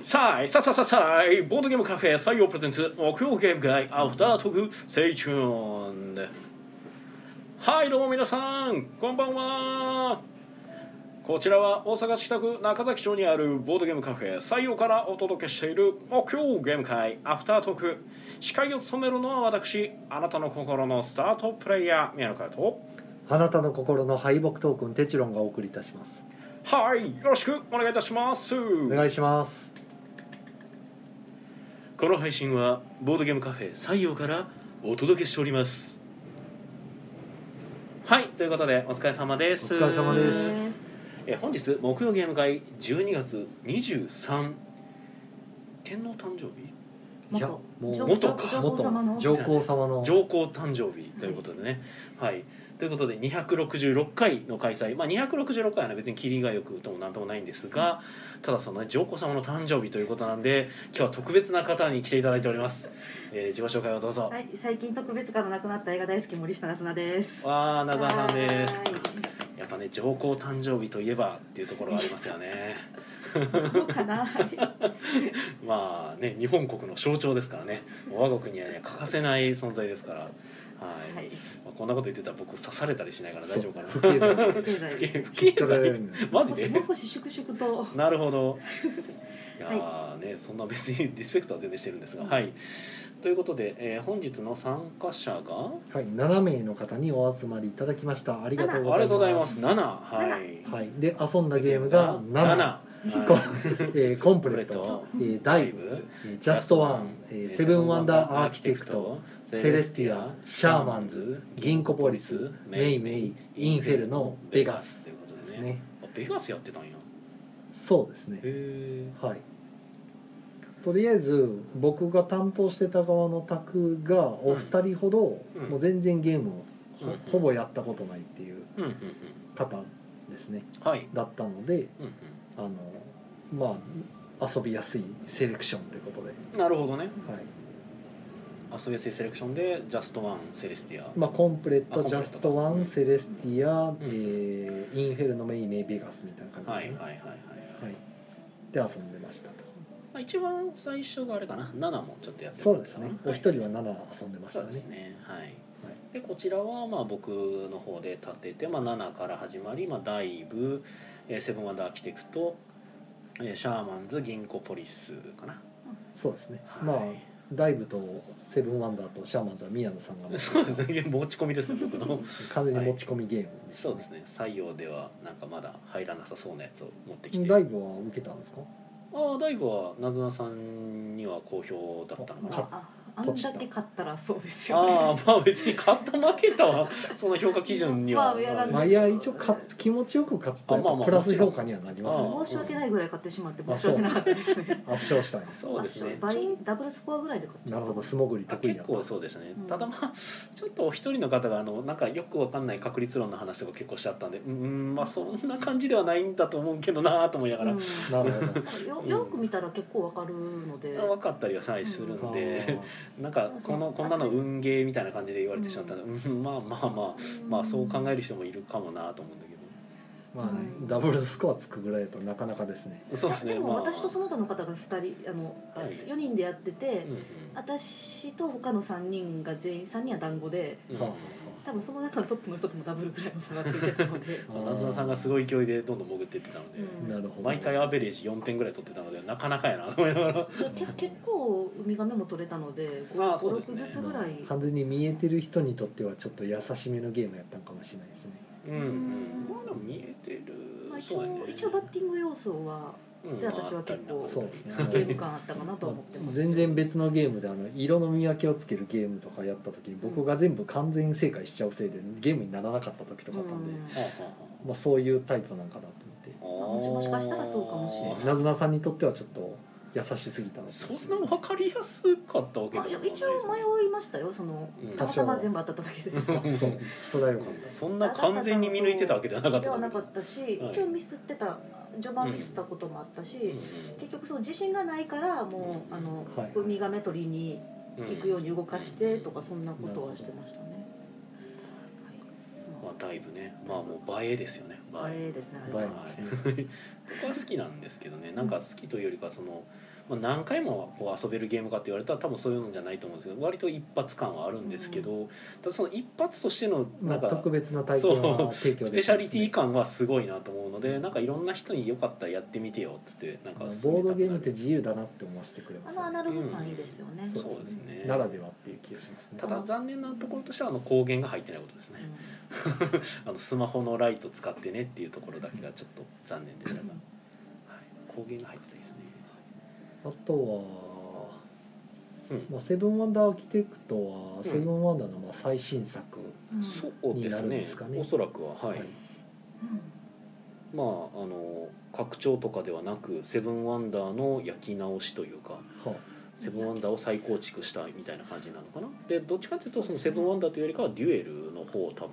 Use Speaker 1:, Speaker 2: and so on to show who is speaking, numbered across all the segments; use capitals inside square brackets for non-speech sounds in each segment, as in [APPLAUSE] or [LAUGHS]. Speaker 1: さあ、さあさあさあさあ、ボードゲームカフェ採用プレゼンツ、木曜ゲーム会、アフタートーク、セイチューン。はい、どうも皆さん、こんばんは。こちらは大阪市北区中崎町にあるボードゲームカフェ採用からお届けしている木曜ゲーム会アフタートーク司会を務めるのは私あなたの心のスタートプレイヤー宮野佳代と
Speaker 2: 花たの心の敗北トークンテチロンがお送りいたします
Speaker 1: はいよろしくお願いいたします
Speaker 2: お願いします
Speaker 1: この配信はボードゲームカフェ採用からお届けしておりますはいということでお疲れ様です
Speaker 2: お疲れ様です
Speaker 1: え本日木曜ゲーム会12月23天皇誕生日
Speaker 2: いや
Speaker 3: 元
Speaker 2: もう
Speaker 3: 上
Speaker 1: 元か
Speaker 3: 上皇様の
Speaker 2: 上皇様の
Speaker 1: 上皇誕生日ということでねはいということで266回の開催まあ266回はね別に切りがよくともなんともないんですがただそのね上皇様の誕生日ということなんで今日は特別な方に来ていただいております、えー自己紹介をどうぞ
Speaker 3: はい、最近特別感のなくなった映画大好き森下なすなです。
Speaker 1: わあなざさんです
Speaker 3: は
Speaker 1: やっぱね上皇誕生日といえばっていうところがありますよね [LAUGHS]
Speaker 3: ーいどうかな。はい
Speaker 1: まあね日本国の象徴ですからね我が国には、ね、欠かせない存在ですからはい、
Speaker 3: はい。
Speaker 1: まあこんなこと言ってたら僕刺されたりしないから大丈夫かな
Speaker 2: そう不敬罪
Speaker 3: 経
Speaker 1: [LAUGHS]
Speaker 3: 済
Speaker 1: 不敬不敬
Speaker 2: 引っか [LAUGHS] かられる
Speaker 1: 罪
Speaker 2: んで
Speaker 1: マジで
Speaker 3: もう少し粛々と。
Speaker 1: なるほど。いやーね、そんな別にリスペクトは全然してるんですが、
Speaker 3: うん
Speaker 1: はい。ということで、えー本日の参加者が
Speaker 2: はい7名の方にお集まりいただきましたありがとう
Speaker 1: ありがとう
Speaker 2: ご
Speaker 1: ござ
Speaker 2: ざ
Speaker 1: い
Speaker 2: い
Speaker 1: ま。
Speaker 2: ますす
Speaker 1: 七はい。
Speaker 2: はいで遊んだゲームが7
Speaker 1: 七。
Speaker 2: [LAUGHS] コン
Speaker 1: はい
Speaker 2: えーコン
Speaker 1: コ
Speaker 2: プ
Speaker 1: ンプ
Speaker 2: レ
Speaker 1: レ
Speaker 2: ー
Speaker 1: ー
Speaker 2: ト
Speaker 1: ト、
Speaker 2: えーダイブ、えージャストワン、えーセブンワンダーアーキテクト、セレスティア、シャーマンズ、銀コポリス、メイメイ、インフェルノ、ベガス
Speaker 1: ということ
Speaker 2: で
Speaker 1: ですね。
Speaker 2: ね。
Speaker 1: あベガスやってたんや。
Speaker 2: そうですね。
Speaker 1: へえ。
Speaker 2: はい。とりあえず僕が担当してた側の卓がお二人ほど、
Speaker 1: うん
Speaker 2: もう全然ゲームをほ,、
Speaker 1: うん
Speaker 2: ぼやったことないっていう
Speaker 1: うんうんうん。
Speaker 2: 方ですね
Speaker 1: はい。
Speaker 2: だったの
Speaker 1: う
Speaker 2: で
Speaker 1: ん
Speaker 2: あのまあ遊びやすいセレクションということで、
Speaker 1: うん。なるほどね。
Speaker 2: はい
Speaker 1: 遊びやすいセレクションでジャストワン、セレスティア。
Speaker 2: まあ、コンプレット
Speaker 1: あコンプ
Speaker 2: ジ
Speaker 1: レッ
Speaker 2: ャ
Speaker 1: ト
Speaker 2: ストワ
Speaker 1: うん
Speaker 2: ンセレスティア、
Speaker 1: ん
Speaker 2: えーインフェルノメイメイベガスみたいな感
Speaker 1: は
Speaker 2: じ
Speaker 1: い
Speaker 2: です
Speaker 1: はい
Speaker 2: ね、
Speaker 1: はいはい
Speaker 2: はいで遊んでましたと
Speaker 1: まあ、一番最初があれかな7もちょっとやっても
Speaker 2: そう
Speaker 1: らっ
Speaker 2: で
Speaker 1: た
Speaker 2: す
Speaker 1: かな
Speaker 2: ねお一人は7遊んでまし
Speaker 1: そ
Speaker 2: た
Speaker 1: う
Speaker 2: ね
Speaker 1: ですねはい、でこちらはまあ僕の方で立てて、まあ、7から始まり、まあ、ダイブ、えーセブンワンダーアーキテクト、えーシャーマンズ銀行ポリスかな、
Speaker 2: そうですね、
Speaker 1: はい
Speaker 2: まあダイブとセブンワンダーとシャーマンズは宮野さんが
Speaker 1: そうですね [LAUGHS] 持ち込みですね僕の
Speaker 2: 完全に持ち込みゲーム、
Speaker 1: そうですね採用ではなんかまだ入らなさそうなやつを持ってきて
Speaker 2: ダイブは受けたんですか
Speaker 1: ああダイブはなずなさんには好評だったのかな
Speaker 2: 勝
Speaker 3: あ、あんだけ勝ったらそうですよ
Speaker 1: あ
Speaker 3: ね。
Speaker 1: あまあ別に勝った負けたはその評価基準には、
Speaker 3: まあ上なんです
Speaker 2: まあいや一応勝つ気持ちよく勝つとやっ
Speaker 1: あまあまあ
Speaker 2: ぱプラス評価にはなり
Speaker 1: あー
Speaker 2: ま
Speaker 3: 申し訳ないぐらい買ってしまって申し訳なかったですね。
Speaker 2: すよ圧勝したんです
Speaker 1: そうですね
Speaker 3: あ
Speaker 1: ちょ
Speaker 3: 倍ダブルスコアぐらいで買っち
Speaker 2: な
Speaker 3: ゃ
Speaker 2: る
Speaker 3: っ
Speaker 2: ほ
Speaker 3: た
Speaker 2: ど。素潜り
Speaker 1: あ
Speaker 2: 得意
Speaker 1: 結
Speaker 2: だった
Speaker 1: 構そうでしたね、
Speaker 3: うん
Speaker 1: ただまあちょっとお一人の方があのなんかよくわかんない確率論の話とか結構しちゃったんでうんうんまあそんな感じではないんだと思うけどなぁと思いながら、
Speaker 3: うん
Speaker 2: なるほど
Speaker 3: よよく見たら結構わかるので。
Speaker 1: 分かったりはさえするんで、 [LAUGHS] なんかこのこんなの運ゲーみたいな感じで言われてしまったんで、うん、まあまあまあまあそう考える人もいるかもなぁと思うんだけど
Speaker 2: あーまあね
Speaker 3: うん
Speaker 2: ダブルスコアつくぐらいだとなかなかですね
Speaker 1: そうですね
Speaker 3: で
Speaker 1: ま
Speaker 3: も
Speaker 1: あ
Speaker 3: 私とその他の方が2人あの、
Speaker 1: はい
Speaker 3: 4人でやってて、
Speaker 1: うんうん
Speaker 3: 私と他の3人が全員3人は団子で
Speaker 1: うん
Speaker 2: は
Speaker 3: 多分その中のトップの人ともダブルくらいの差がついて
Speaker 2: [LAUGHS]
Speaker 3: たので
Speaker 1: まあ夏菜さんがすごい勢いでどんどん潜っていってたので、
Speaker 3: うん
Speaker 2: なるほど
Speaker 1: 毎回アベレージ4点ぐらい取ってたのでなかなかやなと思いながら
Speaker 3: け結構ウミガメも取れたので
Speaker 1: ああ
Speaker 3: 56
Speaker 1: そう
Speaker 3: ず
Speaker 1: です
Speaker 3: つ
Speaker 1: ね
Speaker 3: ぐらい
Speaker 2: 完全に見えてる人にとってはちょっと優しめのゲームやったんかもしれないですね
Speaker 1: うんうん、まあでも見えてる、
Speaker 3: まあ、一
Speaker 1: そうやね
Speaker 3: 応一応バッティング要素は
Speaker 1: うん
Speaker 3: で私は結構
Speaker 1: まあ
Speaker 2: そうですね
Speaker 3: ゲーム感あったかなとは思ってます
Speaker 2: 全然別のゲームであの色の見分けをつけるゲームとかやった時に僕が全部完全正解しちゃうせいでゲームにならなかった時とかあったんで、
Speaker 1: あったりな
Speaker 2: まあ、そういうタイプなんかなと
Speaker 1: ははは
Speaker 3: もしもしかしたらそうかもしれ
Speaker 2: 思ってなずなさんにとってはちょっと優しすぎたのかもし
Speaker 1: そ
Speaker 2: れ
Speaker 1: んな分かりやすかったわけ
Speaker 3: まあ、いや一応迷いましたよその
Speaker 1: うん
Speaker 3: たまたま全部当たった
Speaker 2: [LAUGHS]
Speaker 3: だけで。
Speaker 2: ないそうそれはよかっ
Speaker 1: そんな完全に見抜いてたわけではなかった
Speaker 3: ではな
Speaker 1: と
Speaker 3: か
Speaker 1: 思う
Speaker 3: ったし一応ミスってた序盤ミスったこともあったし、結局その自信がないからもうあの、
Speaker 2: はい
Speaker 3: ウミガメ取りに
Speaker 1: うんうん
Speaker 3: 行くように動かしてとかそんなことはしてましたね。はい
Speaker 1: まあ、ダイイブねまあもう映えですよね
Speaker 3: あれですねあれは
Speaker 2: 映え
Speaker 1: はい、僕は好きなんですけどねなんか好きというよりかはその、まあ、何回もこう遊べるゲームかって言われたら多分そういうのじゃないと思うんですけど割と一発感はあるんですけど、ただその一発としての
Speaker 2: ま
Speaker 1: な
Speaker 2: あ
Speaker 1: んか
Speaker 2: 特別な体
Speaker 1: そ
Speaker 2: 験は
Speaker 1: う
Speaker 2: 提供できる
Speaker 1: スペシャリティ感はすごいなと思うのでなんかいろんな人によかったらやってみてよっつってなんか
Speaker 2: ボ
Speaker 1: 勧めた
Speaker 2: ード
Speaker 1: くな
Speaker 2: ゲ
Speaker 1: る
Speaker 2: ームって自由だなって思わせてくれま
Speaker 3: あ
Speaker 2: す
Speaker 3: のアナログ感いいですよね、
Speaker 1: ん
Speaker 3: うん
Speaker 1: そうですね
Speaker 2: ならではっていう気がしますね
Speaker 1: ただ残念なところとしてはあの光源が入ってないことですね、あのスマホのライト使ってねっていうところだけがちょっと残念でしたが、はい、光源が入ってないですね
Speaker 2: あとは、
Speaker 1: うん
Speaker 2: まあ、セブンワンダーアーキテクトは、
Speaker 1: ん
Speaker 2: セブンワンダーのまあ最新作、
Speaker 3: うん
Speaker 1: そうです
Speaker 2: になるん
Speaker 1: ね
Speaker 2: ですかね
Speaker 1: おそらくははい、
Speaker 2: はい
Speaker 1: まああの拡張とかではなくセブンワンダーの焼き直しというか
Speaker 2: は
Speaker 1: セブンワンダーを再構築したみたいな感じなのかなでどっちかっていうとそのセブンワンダーというよりかはデュエルの方を多分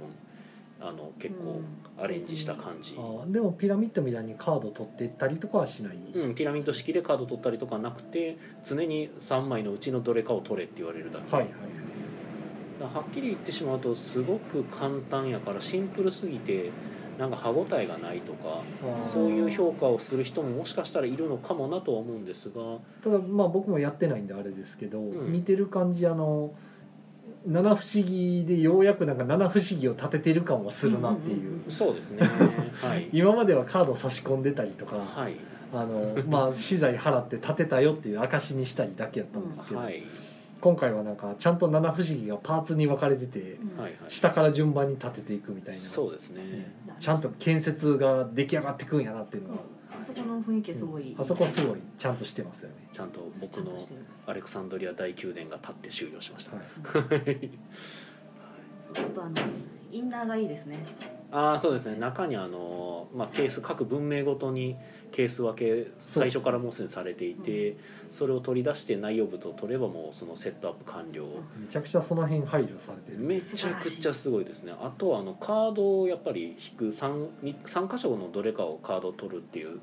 Speaker 1: あの結構アレンジした感じ、
Speaker 2: ああでもピラミッドみたいにカード取ってったりとかはしない、
Speaker 1: うん、ピラミッド式でカード取ったりとかなくて常に3枚のうちのどれかを取れって言われるだけ、
Speaker 2: はいはい
Speaker 1: だからはっきり言ってしまうとすごく簡単やからシンプルすぎてなんか歯応えがないとか
Speaker 2: ああ
Speaker 1: そういう評価をする人ももしかしたらいるのかもなとは思うんですが
Speaker 2: ただまあ僕もやってないんであれですけど、
Speaker 1: ん
Speaker 2: 見てる感じあの七不思議でようやくなんか七不思議を立ててる感はするなっていう,、
Speaker 3: うんうんうん
Speaker 1: そうですねはい、
Speaker 2: 今まではカード差し込んでたりとか、
Speaker 1: はい
Speaker 2: あのまあ資材払って建てたよっていう証にしたりだけやったんですけど、
Speaker 1: はい
Speaker 2: 今回はなんかちゃんと七不思議がパーツに分かれてて
Speaker 3: うん
Speaker 1: はいはい
Speaker 2: 下から順番に立てていくみたいな
Speaker 1: そうですね、
Speaker 3: うん
Speaker 2: ちゃんと建設が出来上がってくんやなっていうのが、
Speaker 3: あそこの雰囲気すごい、
Speaker 2: あそこはすごいちゃんとしてますよね、
Speaker 1: ちゃんと
Speaker 3: ち
Speaker 1: 僕
Speaker 3: ゃんと
Speaker 1: の
Speaker 3: してる
Speaker 1: アレクサンドリア大宮殿が立って終了しました、
Speaker 2: はい
Speaker 3: ちょっとあのインナーがいいですね
Speaker 1: ああそうですね中にあの、まあ、ケース各文明ごとにケース分け最初からもうすでにされていてそれを取り出して内容物を取ればもうそのセットアップ完了
Speaker 2: めちゃくちゃその辺配慮されてる
Speaker 1: めちゃくちゃすごいですねあとはあのカードをやっぱり引く 3, 3箇所のどれかをカードを取るっていう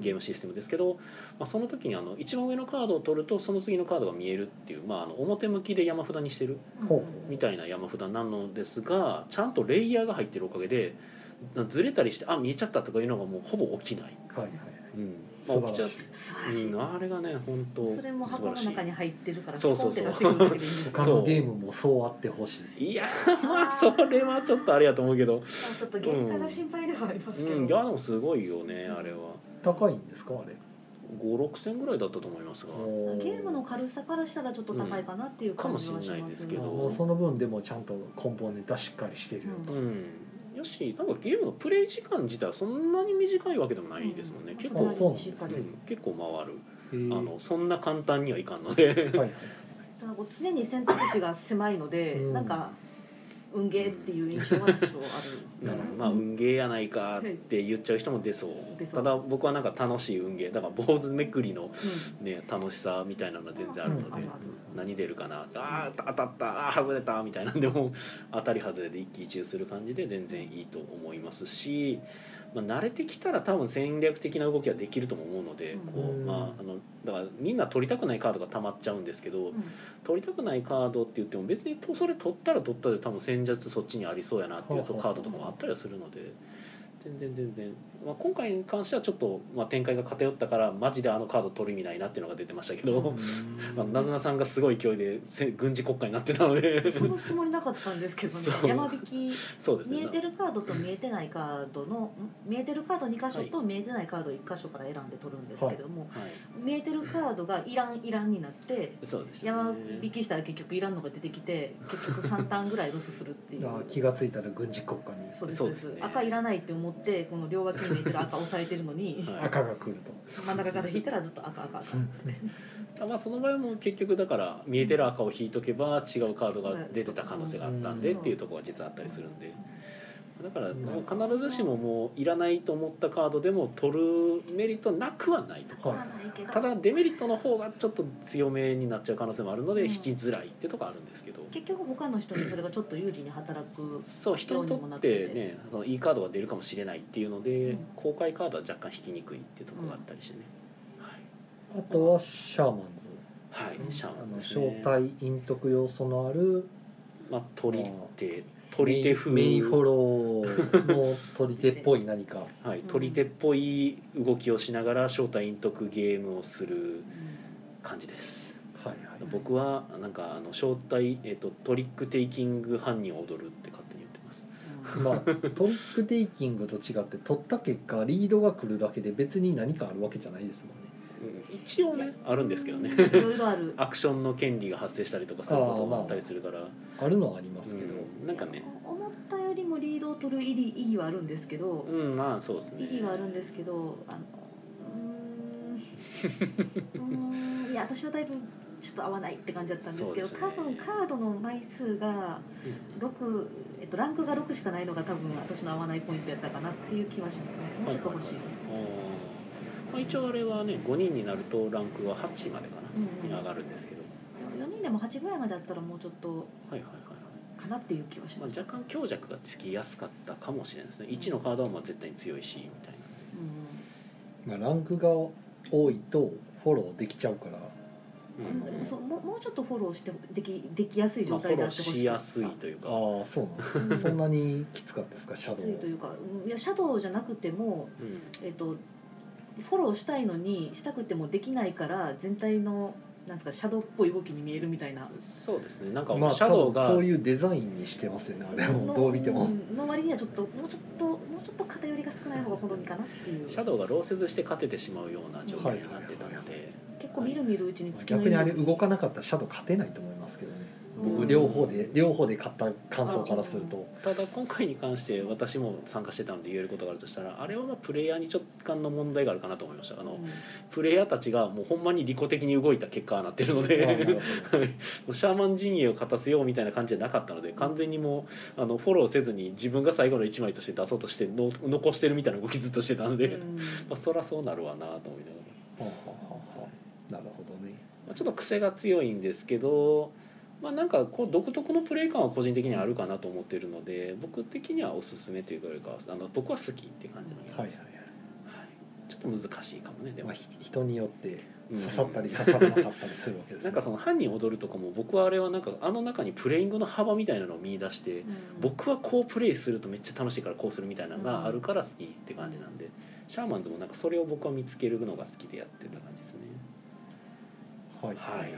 Speaker 1: ゲームシステムですけど、まあ、その時にあの一番上のカードを取るとその次のカードが見えるっていう、まあ、あの表向きで山札にしてる
Speaker 2: ほう
Speaker 1: みたいな山札なのですがちゃんとレイヤーが入ってるおかげでずれたりしてあ見えちゃったとかいうのがもうほぼ起きない、
Speaker 2: はいはい
Speaker 1: うんま
Speaker 2: 素
Speaker 1: あ、
Speaker 2: 晴
Speaker 1: 起
Speaker 2: ら
Speaker 1: き
Speaker 2: し
Speaker 1: ちゃ、
Speaker 2: いう
Speaker 3: 素晴らしい、
Speaker 1: うん、あれがね本当
Speaker 3: それも
Speaker 1: 素
Speaker 3: 箱
Speaker 1: 晴
Speaker 3: の
Speaker 1: らし
Speaker 3: 中に入ってるから
Speaker 1: そうそうそう [LAUGHS]
Speaker 3: スポンって出てくるだけでいいんです
Speaker 2: 他のゲームもそうあってほしい
Speaker 1: いいやまあそれはちょっとあれやと思うけど、
Speaker 3: まあちょっと原価が心配ではあります
Speaker 1: う
Speaker 3: けど、
Speaker 1: ん、いやでもすごいよねあれは
Speaker 2: 高いんですかあれ
Speaker 1: 56千ぐらいだったと思いますが
Speaker 2: お
Speaker 3: ゲームの軽さからしたらちょっと高いかなっていう感じはします
Speaker 1: かもし
Speaker 3: よ
Speaker 1: れ
Speaker 3: ね
Speaker 1: ないですけど
Speaker 2: もうその分でもちゃんとコンポーネンタしっかりしてる、
Speaker 3: うん
Speaker 1: うんよしなんかゲームのプレイ時間自体はそんなに短いわけでもないですもんね、
Speaker 3: う
Speaker 1: 結
Speaker 2: そ
Speaker 1: 構
Speaker 2: う、そうなんです
Speaker 3: しっ
Speaker 2: ね
Speaker 3: か
Speaker 1: う
Speaker 3: り
Speaker 1: ん結構回る、
Speaker 2: へー
Speaker 1: あのそんな簡単にはいかんので
Speaker 2: はいはい
Speaker 3: ただこう常に選択肢が狭いので、
Speaker 2: うん
Speaker 3: なんか運ゲーっていう印象は多少
Speaker 1: [LAUGHS]
Speaker 3: あ
Speaker 1: な
Speaker 3: る
Speaker 1: るほどまあ運ゲーやないかって言っちゃう人も出そう
Speaker 3: 出そう
Speaker 1: ただ僕はなんか楽しい運ゲーだから坊主めくりの、
Speaker 3: う
Speaker 1: ね、楽しさみたいなのは全然あるの
Speaker 3: ん
Speaker 1: で、
Speaker 3: あるあ
Speaker 1: 何出るかなあー当たったあー外れたみたいなんでもう当たり外れで一喜一憂する感じで全然いいと思いますし、まあ、慣れてきたら多分戦略的な動きはできるとも思うので、こう
Speaker 2: うん
Speaker 1: まあ、あのだからみんな取りたくないカードが溜まっちゃうんですけど、
Speaker 3: る、うん
Speaker 1: 取りたくないカードって言っても別にとそれ取ったら取ったで多分戦術そっちにありそうやなっていうと
Speaker 2: ほうほう
Speaker 1: カードとかもあったりはするので全然全然、まあ、今回に関してはちょっと、まあ、展開が偏ったからマジであのカード取る意味ないなっていうのが出てましたけど、 [LAUGHS] まあ、なずなさんがすごい勢いでせ軍事国家になってたの
Speaker 3: [LAUGHS]
Speaker 1: で
Speaker 3: そのつもりなかったんですけ
Speaker 1: [LAUGHS]
Speaker 3: ど
Speaker 1: そう
Speaker 3: ね山引き
Speaker 1: そうです
Speaker 3: 見
Speaker 1: ね
Speaker 3: えてるカードと見えてないカードのん見えてるカード2箇所と見えてないカード1箇所から選んで取るんですけども、
Speaker 1: はい、
Speaker 3: 見えてるカードがいらんいらんになって
Speaker 1: そうでした
Speaker 3: 山
Speaker 1: ね
Speaker 3: 引きしたら結局いらんのが出てきて結局3ターンぐらいロスするっていう
Speaker 2: あー気がついたら軍事国家に
Speaker 3: そうです
Speaker 1: そ
Speaker 3: そうう
Speaker 1: で
Speaker 3: ですす、
Speaker 1: ね
Speaker 3: 赤いらないって思ってこの両脇に見えてる赤押さえてるのに、
Speaker 1: [LAUGHS] はい
Speaker 2: 赤が来ると、
Speaker 3: 真ん中から引いたらずっと赤赤赤、
Speaker 1: まあその場合も結局だから見えてる赤を引いとけば違うカードが出てた可能性があったんでっていうところが実はあったりするんでだからもう必ずしももういらないと思ったカードでも取るメリットなくはないと
Speaker 2: はい
Speaker 3: まあないけど
Speaker 1: ただデメリットの方がちょっと強めになっちゃう可能性もあるので引きづらいってとこあるんですけど
Speaker 3: 結局他の人にそれがちょっと有利に働く
Speaker 1: そう人にとってねそのいいカードが出るかもしれないっていうので公開カードは若干引きにくいってところがあったりしてね
Speaker 2: あとはシャーマンズ
Speaker 1: はい、はい、シャ
Speaker 2: あ
Speaker 1: ーマン
Speaker 2: の
Speaker 1: です
Speaker 2: 正
Speaker 1: ね。
Speaker 2: 体隠匿要素のある
Speaker 1: まあ、取り手取り手風
Speaker 2: メイメイホローの取り手っぽい何か
Speaker 1: はい、取り手っぽい動きをしながら正体隠匿ゲームをする感じです
Speaker 2: はいはい
Speaker 1: 僕はなんかあの正体、えっとトリックテイキング犯人を踊るって勝手に言ってます
Speaker 2: まあ、トリックテイキングと違って取った結果リードが来るだけで別に何かあるわけじゃないですもんね
Speaker 1: うん一応ねあるんですけどね
Speaker 3: いろいろある。
Speaker 1: [LAUGHS] アクションの権利が発生したりとかすることもあったりするから、
Speaker 2: あるのはありますけど、
Speaker 1: うん、なんかね
Speaker 3: 思ったよりもリードを取る意義意義はあるんですけど、
Speaker 1: うんまあそうですね
Speaker 3: 意義はあるんですけどあのうーんうーんいや私はだいぶちょっと合わないって感じだったんですけど
Speaker 1: そうです
Speaker 3: 多
Speaker 1: ね
Speaker 3: 分カードの枚数が
Speaker 1: うん
Speaker 3: 6、えっと、ランクが6しかないのが多分私の合わないポイントやったかなっていう気はしますねもうちょっと欲しい、
Speaker 1: あーまあ、一応あれはね5人になるとランクは8までかな、
Speaker 3: うん
Speaker 1: に上がるんですけど
Speaker 3: 4人でも8ぐらいまでだったらもうちょっと
Speaker 1: はいはいはいはい、
Speaker 3: かなっていう気はし
Speaker 1: まあ、
Speaker 3: ました、
Speaker 1: 若干強弱がつきやすかったかもしれないですね1のカードはまあ絶対に強いしみたい
Speaker 2: まあ、ランクが多いとフォローできちゃうから
Speaker 1: な、
Speaker 3: うんうん、そう
Speaker 1: ま
Speaker 3: もうもうちょっとフォローしてできできやすい状
Speaker 1: あ、フォ
Speaker 3: 態で
Speaker 1: ロ
Speaker 3: あ
Speaker 1: ー
Speaker 3: ってほ
Speaker 1: し
Speaker 3: しか
Speaker 1: や
Speaker 3: った
Speaker 1: すいというか
Speaker 2: ああそうなんですねそ
Speaker 3: [LAUGHS]
Speaker 2: んなにきつかったですかシャド
Speaker 3: ついと
Speaker 2: ウ
Speaker 3: いうかうんいやシャドウじゃなくても、
Speaker 1: うん
Speaker 3: えっとフォローしたいのにしたくてもできないから全体のなんですかシャドウっぽい動きに見えるみたいな
Speaker 1: そうですねなんか
Speaker 2: まあ
Speaker 1: シャドウ
Speaker 2: 多
Speaker 1: が、
Speaker 2: 分そういうデザインにしてますよねあれもどう見ても
Speaker 3: んの割にはちょっともうちょっともうちょっと偏りが少ない方が好みかなっていう
Speaker 1: シャドウがローせずして勝ててしまうような状況になってたので、
Speaker 3: 結構みるみるうちに月の
Speaker 2: 逆にあれ
Speaker 3: 色
Speaker 2: 動かなかったらシャドウ勝てないと思いますけどね
Speaker 3: う
Speaker 2: 僕
Speaker 3: ん
Speaker 2: 両方で両方で勝った感想からすると
Speaker 1: ただ今回に関して私も参加してたので言えることがあるとしたらあれはまあプレイヤーに直感の問題があるかなと思いましたあの、プレイヤーたちがもうほんまに利己的に動いた結果になってるの
Speaker 2: まあな
Speaker 1: [LAUGHS]
Speaker 2: る
Speaker 1: で。
Speaker 2: ほ
Speaker 1: はいもうシャーマン陣営を勝たせようみたいな感じじゃなかったので完全にもうあのフォローせずに自分が最後の1枚として出そうとしての残してるみたいな動きずっとしてたので、
Speaker 3: うん
Speaker 1: まあ、そらそうなるわなと思いながら。
Speaker 2: どはあはあはあなるほどね
Speaker 1: まあちょっと癖が強いんですけど、まあ、なんかこう独特のプレイ感は個人的にはあるかなと思ってるので僕的にはおすすめというかよりかはあの僕は好きっていう感じのゲーム
Speaker 2: はい
Speaker 1: です、はいちょっと難しいかもねで
Speaker 2: ま
Speaker 1: も
Speaker 2: あ、ひ人によって
Speaker 1: うん
Speaker 2: 刺さったり刺さらなかったりするわけです
Speaker 1: [LAUGHS] な
Speaker 2: ね
Speaker 1: んかその犯人踊るとかも僕はあれはなんかあの中にプレイングの幅みたいなのを見出して
Speaker 3: うん
Speaker 1: 僕はこうプレイするとめっちゃ楽しいからこうするみたいなのがあるから好きって感じなんでシャーマンズもなんかそれを僕は見つけるのが好きでやってた感じですね
Speaker 2: はい
Speaker 1: はい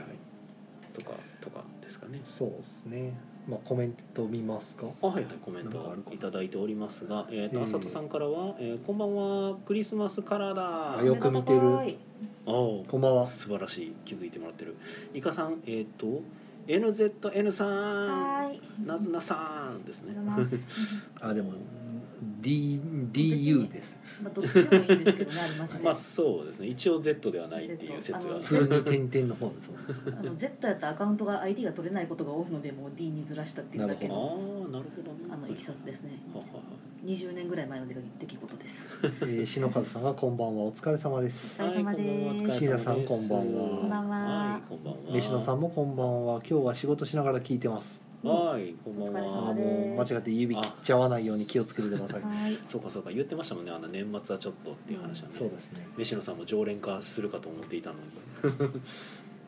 Speaker 1: とかとかですかね
Speaker 2: そうですねまあコメント見ますか
Speaker 1: あはいはいコメント
Speaker 2: なんかあるか
Speaker 1: いただいておりますが、えー、と
Speaker 2: えー
Speaker 1: あさとさんからは、えーこんばんはクリスマスカラーだ」
Speaker 2: よく見てる
Speaker 3: はい
Speaker 1: お
Speaker 2: こんばんは
Speaker 1: 素晴らしい気づいてもらってるいかさんえっ、と NZN さん
Speaker 3: はい
Speaker 1: なずなさんです
Speaker 3: あり
Speaker 1: ね
Speaker 3: がとうございます
Speaker 2: あでも D DU です
Speaker 3: まあどっちでもいいんですけどねあれマジで
Speaker 1: まあそうですね一応 Z ではないっていう説が
Speaker 3: Z
Speaker 2: 普通に点々の方で
Speaker 1: [LAUGHS]
Speaker 2: すもんね
Speaker 3: あの Z やったらアカウントが ID が取れないことが多いのでもう D にずらしたっていうだけ
Speaker 1: ああ
Speaker 3: の
Speaker 1: ーなるほどね
Speaker 3: あのいきさつですね
Speaker 1: ははは
Speaker 3: 20年ぐらい前の出来事です
Speaker 2: えー篠和さんがこんばんはお疲れ様です
Speaker 3: お疲れ様です
Speaker 1: はいこんばんはお疲れ様です
Speaker 2: 椎名さんこんばんは
Speaker 3: こんばんはい
Speaker 1: こんばんは
Speaker 2: 飯野さんもこんばんは今日は仕事しながら聞いてます
Speaker 1: はいこんばん
Speaker 2: あ
Speaker 1: は
Speaker 2: ーもう間違って指切っちゃわないように気をつけてください
Speaker 3: はい
Speaker 1: そうかそうか言ってましたもんねあの年末はちょっとっていう話はね、
Speaker 2: そうですね
Speaker 1: 飯野さんも常連化するかと思っていたのに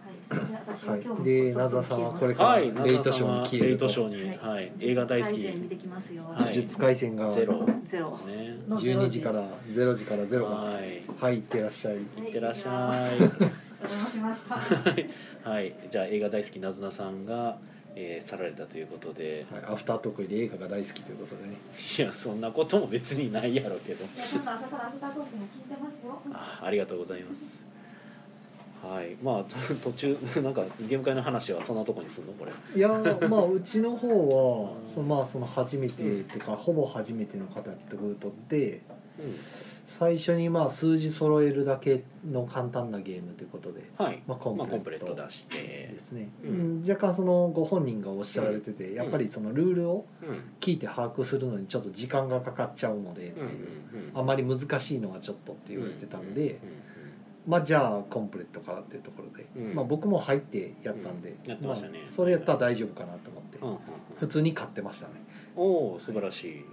Speaker 3: はい、それで私は
Speaker 2: は
Speaker 3: 今日も
Speaker 2: いでナザさんはこれか
Speaker 1: は
Speaker 2: ら
Speaker 1: い、
Speaker 2: レイトショーに消え
Speaker 1: レイ
Speaker 2: ると
Speaker 1: トショーに、はい、映画大好き
Speaker 3: 改善
Speaker 1: で
Speaker 3: 見てきますよ。
Speaker 1: は
Speaker 2: 呪
Speaker 1: い
Speaker 2: 術廻戦が
Speaker 1: ゼロ
Speaker 3: ゼロ
Speaker 1: す。ね。
Speaker 3: のゼロ
Speaker 2: 12時から0時から0が
Speaker 1: はい、
Speaker 2: はいいってらっしゃい
Speaker 1: いってらっしゃ
Speaker 3: お邪魔しました。
Speaker 1: い。はい、じゃあ映画大好きなずなさんが、えー去られたということで、
Speaker 2: はい、アフタートークより映画が大好きということでね
Speaker 1: いやそんなことも別にないやろうけど。
Speaker 3: 今度朝からアフタートークも聞いてますよ。
Speaker 1: あありがとうございます。はい、まあと途中なんかゲーム会の話はそんなとこにすんのこれ。
Speaker 2: いやーまあうちの方はそのまあその初めてっていうかほぼ初めての方ってことで
Speaker 1: う
Speaker 2: 最初にまあ数字揃えるだけの簡単なゲームということで、
Speaker 1: ん、はい。
Speaker 2: まあ、コ
Speaker 1: まあコン
Speaker 2: ン
Speaker 1: プ
Speaker 2: プ
Speaker 1: レ
Speaker 2: レ
Speaker 1: ッ
Speaker 2: ッ
Speaker 1: ト
Speaker 2: ト
Speaker 1: 出して
Speaker 2: で、すね、
Speaker 1: う
Speaker 2: うんん、若干そのご本人がおっしゃられててやっぱりそのルールを
Speaker 1: うん、うん
Speaker 2: 聞いて把握するのにちょっと時間がかかっちゃうのでって
Speaker 1: うん
Speaker 2: いう
Speaker 1: うん。
Speaker 2: あまり難しいのはちょっとって言われてたんでまあじゃあコンプレットからっていうところで
Speaker 1: うん
Speaker 2: まあ僕も入ってやったんで
Speaker 1: うんやってましたね
Speaker 2: あそれやったら大丈夫かなと思って
Speaker 1: うんうんうん。
Speaker 2: 普通に買ってましたね
Speaker 1: おお素晴らしい。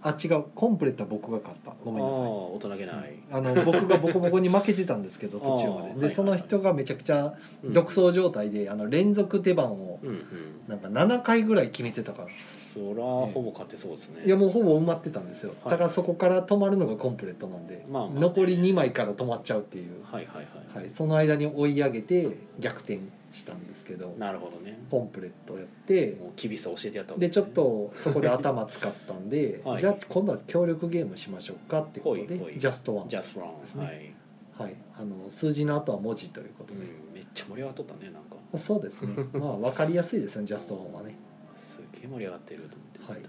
Speaker 2: あ違うコンプレットは僕が勝ったごめんなさい
Speaker 1: 大人げない、
Speaker 2: あの僕がボコボコに負けてたんですけど途中
Speaker 1: [LAUGHS]
Speaker 2: ま
Speaker 1: あーはいはい
Speaker 2: で
Speaker 1: はい
Speaker 2: でその人がめちゃくちゃ
Speaker 1: うん
Speaker 2: 独走状態であの連続手番を
Speaker 1: うんうん
Speaker 2: なんか7回ぐらい決めてたから
Speaker 1: そらほぼ勝てそうですね
Speaker 2: いやもうほぼ埋まってたんですよ
Speaker 1: はい
Speaker 2: だからそこから止まるのがコンプレットなんで
Speaker 1: まあまあ
Speaker 2: 残り2枚から止まっちゃうっていう、
Speaker 1: はいはいはい、
Speaker 2: はい、その間に追い上げて逆転したんですけど
Speaker 1: なるほどね
Speaker 2: コンプレットやって
Speaker 1: もう厳しさ教えてやったわけ
Speaker 2: でちょっ
Speaker 1: ね、
Speaker 2: とそこで頭使ったんで
Speaker 1: [LAUGHS] はい
Speaker 2: じゃあ今度は協力ゲームしましょうかってことで
Speaker 1: ほいほい
Speaker 2: ジャストワン
Speaker 1: ジャストラ
Speaker 2: です
Speaker 1: ン
Speaker 2: ね
Speaker 1: はい、
Speaker 2: はい、あの数字の後は文字ということ
Speaker 1: う
Speaker 2: で、
Speaker 1: ん、めっちゃ盛り上がっとったねなんか
Speaker 2: そうですねまあ分かりやすいですねジャストワンはね
Speaker 1: すっげえ盛り上がってると思って見て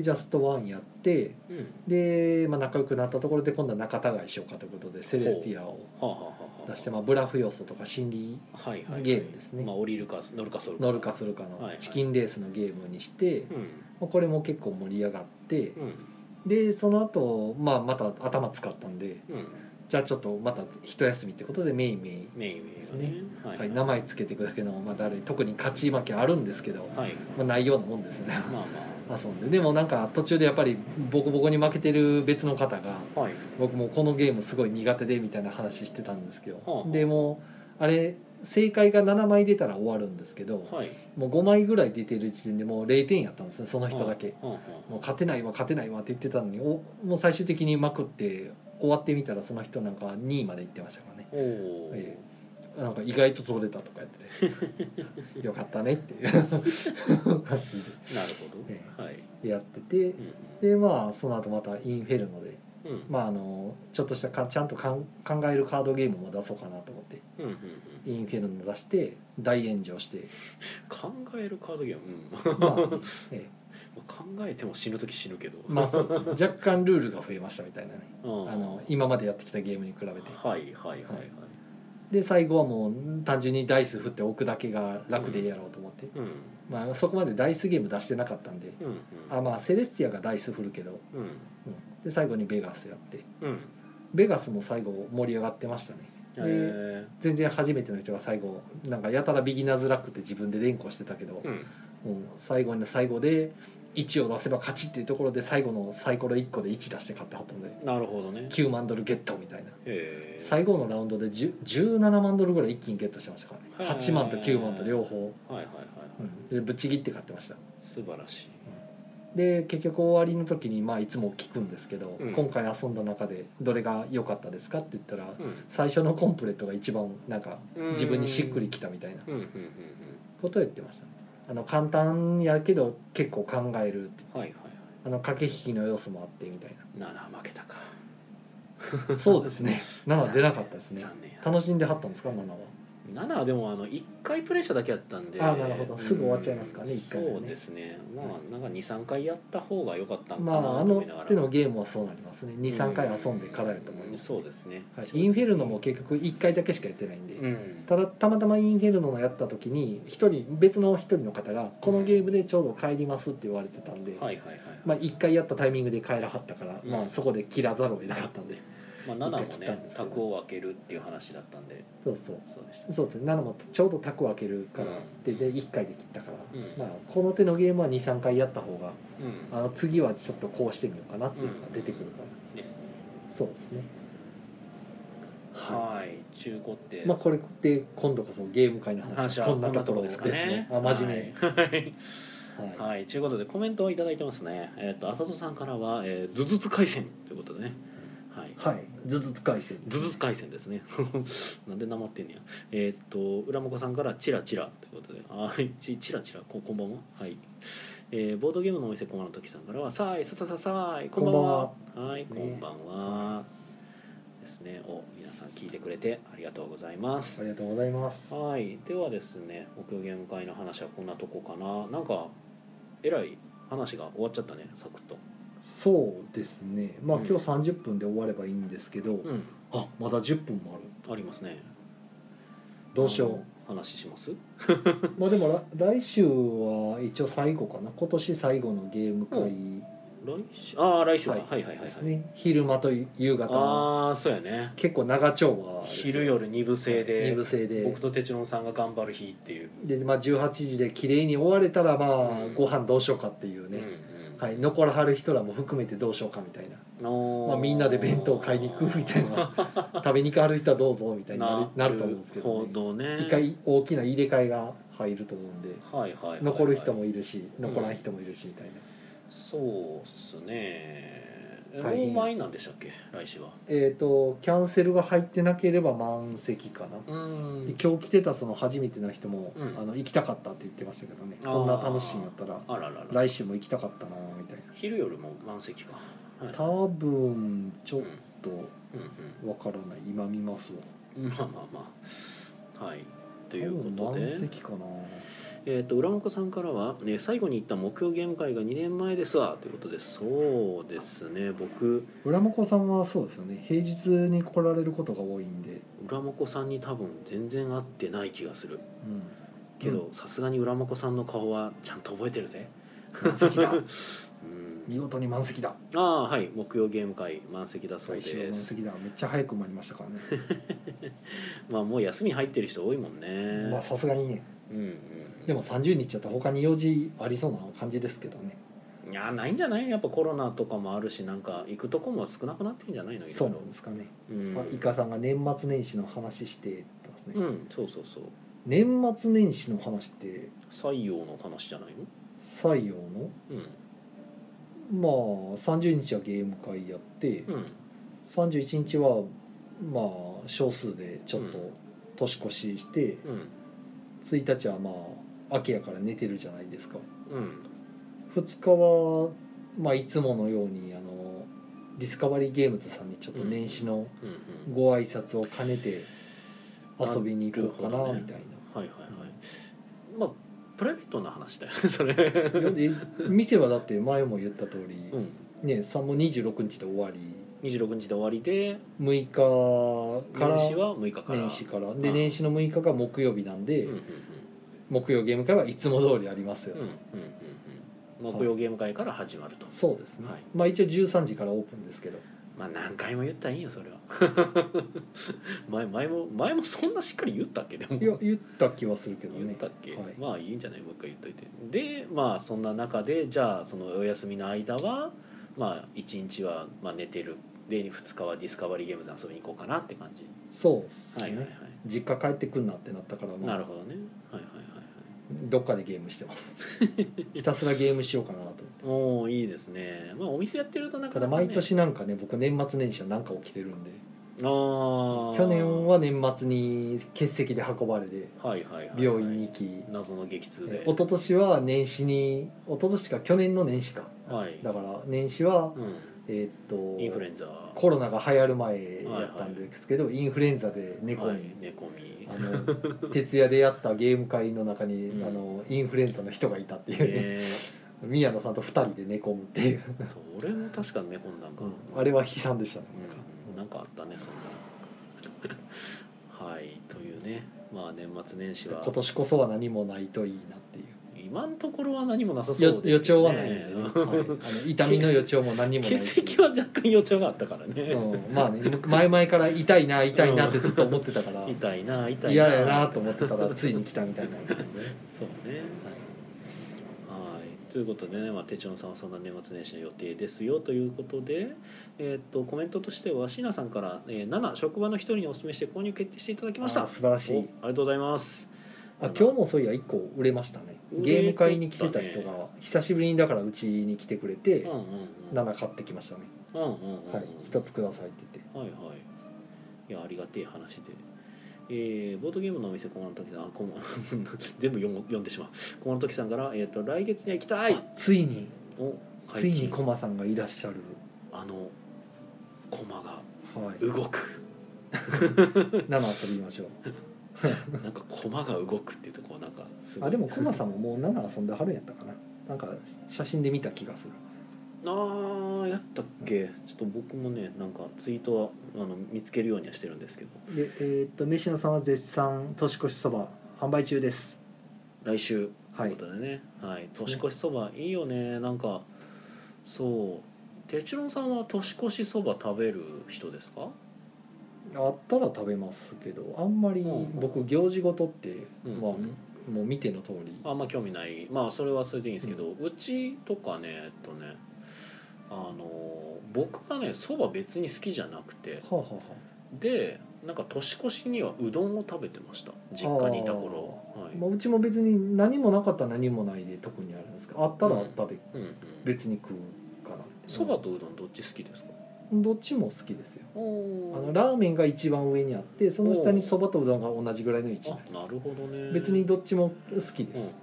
Speaker 2: でジャストワンやって
Speaker 1: たうん
Speaker 2: で、まあ、仲良くなったところで今度は仲違いしようかということでセレスティアを
Speaker 1: はあ、はあはあはあ、
Speaker 2: 出して、まあ、ブラフ要素とか心理
Speaker 1: はいはいはい、
Speaker 2: ゲームですね
Speaker 1: まあ降りるか乗るかそるか
Speaker 2: 乗るかするかの
Speaker 1: はいはい
Speaker 2: チキンレースのゲームにして、
Speaker 1: うん
Speaker 2: まあこれも結構盛り上がって
Speaker 1: うん
Speaker 2: でその後、まあまた頭使ったんで
Speaker 1: うん
Speaker 2: じゃあちょっとまた一休みってことでメインメイン、
Speaker 1: メインメインはね
Speaker 2: で
Speaker 1: は
Speaker 2: はい、名前つけていくだけの、まあ、誰特に勝ち負けあるんですけど、
Speaker 1: はい
Speaker 2: まあ、ないようなもんですね
Speaker 1: まあま
Speaker 2: 遊んででもなんか途中でやっぱりボコボコに負けてる別の方が
Speaker 1: あはい
Speaker 2: 僕もうこのゲームすごい苦手でみたいな話してたんですけど、
Speaker 1: はあ
Speaker 2: でもうあれ正解が7枚出たら終わるんですけど、
Speaker 1: はい
Speaker 2: もう5枚ぐらい出てる時点でもう0点やったんですねその人だけ、
Speaker 1: うんうん
Speaker 2: もう勝てないわ勝てないわって言ってたのにおもう最終的にまくって終わってみたらその人なんか2位まで行ってましたからね、
Speaker 1: おおー、
Speaker 2: ええなんか意外と取れたとか言ってて [LAUGHS] よかったねっていう感じ
Speaker 1: な
Speaker 2: で
Speaker 1: るほど、
Speaker 2: え
Speaker 1: はい
Speaker 2: やってて
Speaker 1: うん
Speaker 2: でまあその後またインフェルノで、
Speaker 1: うんうん
Speaker 2: まあ、あのちょっとしたかちゃんとかん考えるカードゲームも出そうかなと思って
Speaker 1: うんうんうん
Speaker 2: インフェルノ出して大炎上して、
Speaker 1: 考えるカードゲーム、うん
Speaker 2: まあ [LAUGHS] え
Speaker 1: 考えても死ぬ時死ぬけど、
Speaker 2: えまあそうですね若干ルールが増えましたみたいなね
Speaker 1: うん
Speaker 2: あの今までやってきたゲームに比べて
Speaker 1: はいはいはいはい、
Speaker 2: で最後はもう単純にダイス振っておくだけが楽でやろうと思って、
Speaker 1: うん
Speaker 2: まあ、そこまでダイスゲーム出してなかったんで
Speaker 1: うんうん
Speaker 2: あまあセレスティアがダイス振るけど、
Speaker 1: うん
Speaker 2: うんで最後にベガスやって
Speaker 1: うん
Speaker 2: ベガスも最後盛り上がってましたね
Speaker 1: えー
Speaker 2: 全然初めての人が最後なんかやたらビギナーズラックって自分で連呼してたけど、
Speaker 1: うん
Speaker 2: うん最後の最後で1を出せば勝ちっていうところで最後のサイコロ1個で1出して勝ってはったんで
Speaker 1: なるほどね
Speaker 2: 9万ドルゲットみたいな
Speaker 1: えー
Speaker 2: 最後のラウンドで10 17万ドルぐらい一気にゲットしてましたからね
Speaker 1: はい
Speaker 2: 8万と9万と両方、
Speaker 1: はいはいはいはい
Speaker 2: でぶっちぎって買ってました
Speaker 1: 素晴らしい
Speaker 2: で結局終わりの時にまあいつも聞くんですけど、
Speaker 1: うん
Speaker 2: 今回遊んだ中でどれが良かったですかって言ったら、
Speaker 1: うん
Speaker 2: 最初のコンプレットが一番なんか
Speaker 1: うん
Speaker 2: 自分にしっくりきたみたいな
Speaker 1: うんうんうん
Speaker 2: ことを言ってましたねあの簡単やけど結構考えるって
Speaker 1: うんはいはいは
Speaker 2: あの駆け引きの要素もあってみたい
Speaker 1: いなな負けたか [LAUGHS]
Speaker 2: なそうですね7出なかったですね
Speaker 1: 残念や
Speaker 2: 楽しんではったんですか7は
Speaker 1: 7はでもあの1回プレイしただけやったんで
Speaker 2: あなるほどすぐ終わっちゃいますからね
Speaker 1: うん
Speaker 2: 一回でね
Speaker 1: そうですねまあなんか23回やった方が良かったんか
Speaker 2: まあ
Speaker 1: な
Speaker 2: あ
Speaker 1: と
Speaker 2: の
Speaker 1: 思いながら
Speaker 2: 手のゲームはそうなりますね23回遊んでからやと思います、
Speaker 1: そうですね
Speaker 2: はい、インフェルノも結局1回だけしかやってないんで、
Speaker 1: うん
Speaker 2: ただたまたまインフェルノのやった時に一人別の一人の方が「このゲームでちょうど帰ります」って言われてたんで、
Speaker 1: はいはいはい
Speaker 2: まあ、1回やったタイミングで帰らはったから、
Speaker 1: うん
Speaker 2: まあ、そこで切らざるを得なかったんで
Speaker 1: まあ、7も
Speaker 2: 一回切ったん
Speaker 1: ね
Speaker 2: ですけど
Speaker 1: 卓を分けるっていう話だったんで
Speaker 2: そうそう
Speaker 1: そうでした
Speaker 2: そうですね7もちょうどタコ開けるから、
Speaker 1: う
Speaker 2: で
Speaker 1: ん
Speaker 2: で1回で切ったか
Speaker 1: う
Speaker 2: ら、
Speaker 1: ん
Speaker 2: まあ、この手のゲームは23回やった方が
Speaker 1: うん
Speaker 2: あの次はちょっとこうしてみようかなっていうのが出てくるから、
Speaker 1: ですね
Speaker 2: そうですね
Speaker 1: はい中古って
Speaker 2: まあこれで今度こそゲーム会の
Speaker 1: 話
Speaker 2: 話は
Speaker 1: は
Speaker 2: こ
Speaker 1: こ
Speaker 2: ん
Speaker 1: ん
Speaker 2: な
Speaker 1: な
Speaker 2: と
Speaker 1: と
Speaker 2: こ
Speaker 1: ころ
Speaker 2: ろで
Speaker 1: ですす
Speaker 2: か
Speaker 1: か
Speaker 2: ね
Speaker 1: ね
Speaker 2: あ真面目、
Speaker 1: はい
Speaker 2: はい
Speaker 1: はい、ということでコメントをいただいてますね。えっ、と浅戸さんからは、えー、ズズツ回線ということでね。はい。
Speaker 2: はい、ずつ使い線
Speaker 1: ズズツ回線ですね。 [LAUGHS] なんでなまってんねや。えっ、と浦本さんからチラチラということで、あーちチラチラここんばんは。はい。えーボードゲームのお店こまの時さんからはさーいささささーいこんばんは。はい、
Speaker 2: で
Speaker 1: こ
Speaker 2: すね
Speaker 1: んばんは。ですね。お皆さん聞いてくれてありがとうございます
Speaker 2: あ。りがとうございます
Speaker 1: はい、ではですね、目標ゲーム会の話はこんなとこかな。なんか、えらい話が終わっちゃったね、サクッと。
Speaker 2: そうですねまあ
Speaker 1: うん
Speaker 2: 今日30分で終わればいいんですけど、
Speaker 1: うん、
Speaker 2: あまだ10分もある
Speaker 1: ありますね。
Speaker 2: どうしよ
Speaker 1: あの。話します
Speaker 2: うまあでもら来週は一応最後かな今年最後のゲーム会
Speaker 1: 来週ああ、来週は、
Speaker 2: は
Speaker 1: はいい、はいはいはい
Speaker 2: ですね、昼間と夕方
Speaker 1: ああ、そうやね。
Speaker 2: 結構長丁場です
Speaker 1: 昼夜二部制
Speaker 2: 二
Speaker 1: で
Speaker 2: 部、制で
Speaker 1: 僕と哲郎さんが頑張る日っていう。
Speaker 2: で、まあ、18時で綺麗に終われたらまあ
Speaker 1: うん
Speaker 2: ご飯どうしようかってい
Speaker 1: う
Speaker 2: う
Speaker 1: んう
Speaker 2: ね、
Speaker 1: ん
Speaker 2: はい、残らはる人らも含めてどうしようかみたいな、
Speaker 1: ま
Speaker 2: まあ、みんなで弁当買いに行くみたいな食べに行かはる人はどうぞみたいになるなると思うんですけど、
Speaker 1: ほどね
Speaker 2: 一回大きな入れ替えが入ると思うんで
Speaker 1: はいはいはいはい
Speaker 2: 残る人もいるし残らん人もいるしみたいな、
Speaker 1: そうっすねえ
Speaker 2: 大変
Speaker 1: もう満員なんでしたっけ来週は
Speaker 2: えっ、とキャンセルが入ってなければ満席かな、
Speaker 1: うー
Speaker 2: で
Speaker 1: ん
Speaker 2: 今日来てたその初めての人も、
Speaker 1: うん
Speaker 2: あの行きたかったって言ってましたけどね
Speaker 1: あー
Speaker 2: こんな楽しいんやったら
Speaker 1: あららら
Speaker 2: 来週も行きたかったなみたいな
Speaker 1: 昼夜も満席か、はい
Speaker 2: 多分ちょっと
Speaker 1: うん
Speaker 2: わからない今見ますわ
Speaker 1: うん、まあまあまあはいと
Speaker 2: と
Speaker 1: いうことで
Speaker 2: 満席かな
Speaker 1: えー、と浦本さんからは、ね「最後に行った目標ゲーム会が2年前ですわ」ということでそうですね僕
Speaker 2: 浦真子さんはそうですよね平日に来られることが多いんで、
Speaker 1: 浦真子さんに多分全然会ってない気がする
Speaker 2: う
Speaker 1: けどさすがに浦真子さんの顔はちゃんと覚えてるぜ
Speaker 2: ん、満
Speaker 1: [LAUGHS]
Speaker 2: 席だ
Speaker 1: うん
Speaker 2: 見事に満席だ
Speaker 1: ああはい木曜ゲーム会満席だそう
Speaker 2: 来週は
Speaker 1: で
Speaker 2: 満
Speaker 1: す
Speaker 2: 席だめっちゃ早く参りましたからね
Speaker 1: まあもう休み入ってる人多いもん [LAUGHS] ね、
Speaker 2: まあさすがにね
Speaker 1: うんうん
Speaker 2: でも30日だったら他に用事ありそうな感じですけどね
Speaker 1: いやないんじゃないやっぱコロナとかもあるしなんか行くとこも少なくなってんじゃないのい
Speaker 2: そ
Speaker 1: ろ
Speaker 2: う
Speaker 1: い
Speaker 2: なんですかね、
Speaker 1: ろうん
Speaker 2: まあ、イカさんが年末年始の話してって言ってます
Speaker 1: う
Speaker 2: ね、
Speaker 1: んそうそうそう
Speaker 2: 年末年始の話って
Speaker 1: 採用の話じゃないの
Speaker 2: 採用の
Speaker 1: う
Speaker 2: まあ30日はゲーム会やって、
Speaker 1: んうん
Speaker 2: 31日はまあ少数でちょっ
Speaker 1: う
Speaker 2: と年越しして、
Speaker 1: うん
Speaker 2: 1日はまあ秋やから寝てるじゃないですか
Speaker 1: うん
Speaker 2: 2日はまあいつものようにあのディスカバリーゲームズさんにちょっと年始の
Speaker 1: うんうん
Speaker 2: ご挨拶を兼ねて遊びに行こうかな
Speaker 1: なるほどね
Speaker 2: みたいな
Speaker 1: はいはいはいまあプライベートな話だよね [LAUGHS] それ
Speaker 2: いやで店はだって前も言った通り、
Speaker 1: うん
Speaker 2: ね3も26日で終わり
Speaker 1: 26日で終わりで
Speaker 2: 6日から
Speaker 1: 年始は6日から
Speaker 2: 年始からで
Speaker 1: うん
Speaker 2: 年始の6日が木曜日なんで、
Speaker 1: うんうん
Speaker 2: 木曜ゲーム会はいつも通りありますよ、
Speaker 1: うんうんうんうんうん木曜ゲーム会から始まると
Speaker 2: そうですね、
Speaker 1: はい
Speaker 2: まあ一応13時からオープンですけど
Speaker 1: まあ何回も言ったらいいよそれは [LAUGHS] 前前も前もそんなしっかり言ったっけでも
Speaker 2: いや言った気はするけどね
Speaker 1: 言ったっけ、
Speaker 2: はい
Speaker 1: まあいいんじゃないもう一回言っといてでまあそんな中でじゃあそのお休みの間はまあ1日はまあ寝てるで2日はディスカバリーゲームズ遊びに行こうかなって感じ、
Speaker 2: そうですね、
Speaker 1: はいはいはい
Speaker 2: 実家帰ってくんなってなったから、ま
Speaker 1: なる
Speaker 2: あ、
Speaker 1: ほどねはいはいはいはい
Speaker 2: どっかでゲームしてますひたすらゲームしようかなと
Speaker 1: おおいいですねまあお店やってるとなか
Speaker 2: た
Speaker 1: な
Speaker 2: だ
Speaker 1: か、ね、
Speaker 2: 毎年なんかね僕年末年始は何か起きてるんで
Speaker 1: あー
Speaker 2: 去年は年末に欠席で運ばれて
Speaker 1: はいはいはいはい
Speaker 2: 病院に行き、
Speaker 1: 謎の激痛
Speaker 2: え
Speaker 1: で
Speaker 2: 一昨年は年始に一昨年か去年の年始か
Speaker 1: はい
Speaker 2: だから年始は、
Speaker 1: う
Speaker 2: え
Speaker 1: ん、イン
Speaker 2: ーっ
Speaker 1: フ
Speaker 2: と
Speaker 1: ルエンザは
Speaker 2: コロナが流行る前やったんですけど、インフルエンザで
Speaker 1: い
Speaker 2: 猫に、
Speaker 1: 寝込み
Speaker 2: あの [LAUGHS] 徹夜でやったゲーム会の中に、
Speaker 1: うん
Speaker 2: あのインフルエンザの人がいたっていうね、
Speaker 1: え
Speaker 2: 宮野さんと2人で寝込むっていう、
Speaker 1: ー、そう俺も確か寝込んだんか、
Speaker 2: あれは悲惨でしたね、なんか
Speaker 1: うん、なんかあ [LAUGHS] ったねそんなはいというねまあ年末年始は
Speaker 2: 今年こそは何もないといいなっていう
Speaker 1: 今のところは何もなさそう
Speaker 2: よ
Speaker 1: ですけど、ね、
Speaker 2: 予兆はないんでね、
Speaker 1: うん
Speaker 2: はい、あの痛みの予兆も何にもない
Speaker 1: 欠
Speaker 2: し
Speaker 1: 席は若干予兆があったからね、
Speaker 2: うん、まあね前々から痛いな痛いなってずっと思ってたから
Speaker 1: 痛いな痛いな
Speaker 2: 嫌やなと思ってたらついに来たみたいな感じで、
Speaker 1: そうねはいということでね、まあ、手帳さんはそんな年末年始の予定ですよということで、えーっとコメントとしては椎名さんから「えー、7職場の人にお勧めして購入決定していただきました」
Speaker 2: あー素晴らしい
Speaker 1: おありがとうございます
Speaker 2: あ今日もそういや1個売れましたねゲーム会に来てた人
Speaker 1: 売れとっ
Speaker 2: が久しぶりにだからうちに来てくれて、
Speaker 1: うんうんうん
Speaker 2: 7買ってきましたね、
Speaker 1: うんうんうんうん
Speaker 2: はい、1つくださいって言って
Speaker 1: はいはいいやありがてえ話で、えーボードゲームのお店小の時さんあこん全部読む読んでしまう小の時さんから、えーと「来月には行きたい
Speaker 2: あついに」
Speaker 1: お
Speaker 2: つ
Speaker 1: 解
Speaker 2: いに
Speaker 1: 禁
Speaker 2: コマさんがいらっしゃる、
Speaker 1: あのコマが
Speaker 2: はい、
Speaker 1: 動く
Speaker 2: 7遊びましょう
Speaker 1: なんかコマが動くっていうとこうなんかすごい
Speaker 2: あでもコマさんももう7遊んではるんやったかな [LAUGHS] なんか写真で見た気がする
Speaker 1: あーやったっけちょっと僕もねなんかツイートはあの見つけるようにはしてるんですけど
Speaker 2: でえーっと飯野さんは絶賛年越しそば販売中です
Speaker 1: 来週
Speaker 2: は
Speaker 1: とい
Speaker 2: いう
Speaker 1: ことでね、はい、年越しそばいいよねなんかそう哲郎さんは年越しそば食べる人ですか
Speaker 2: あったら食べますけどあんまり
Speaker 1: うん
Speaker 2: 僕行事ごとって、
Speaker 1: うん
Speaker 2: まあ
Speaker 1: うん
Speaker 2: もう見ての通り
Speaker 1: あんま興味ないまあそれはそれでいいんですけど、うちとかねえっとねあの僕がねそば別に好きじゃなくて
Speaker 2: はあ、はあは
Speaker 1: でなんか年越しにはうどんを食べてました実家にいた頃、は
Speaker 2: あ
Speaker 1: い
Speaker 2: まあ、うちも別に何もなかったら何もないで特にあるんですけどあったらあったで
Speaker 1: うんうん、
Speaker 2: 別に食うかな
Speaker 1: そばとうどんどっち好きですか
Speaker 2: うんどっちも好きですよあ
Speaker 1: お
Speaker 2: のラーメンが一番上にあってその下にそばとうどんが同じぐらいの位置
Speaker 1: あなるほどね
Speaker 2: 別にどっちも好きで
Speaker 1: うんうんうん
Speaker 2: す、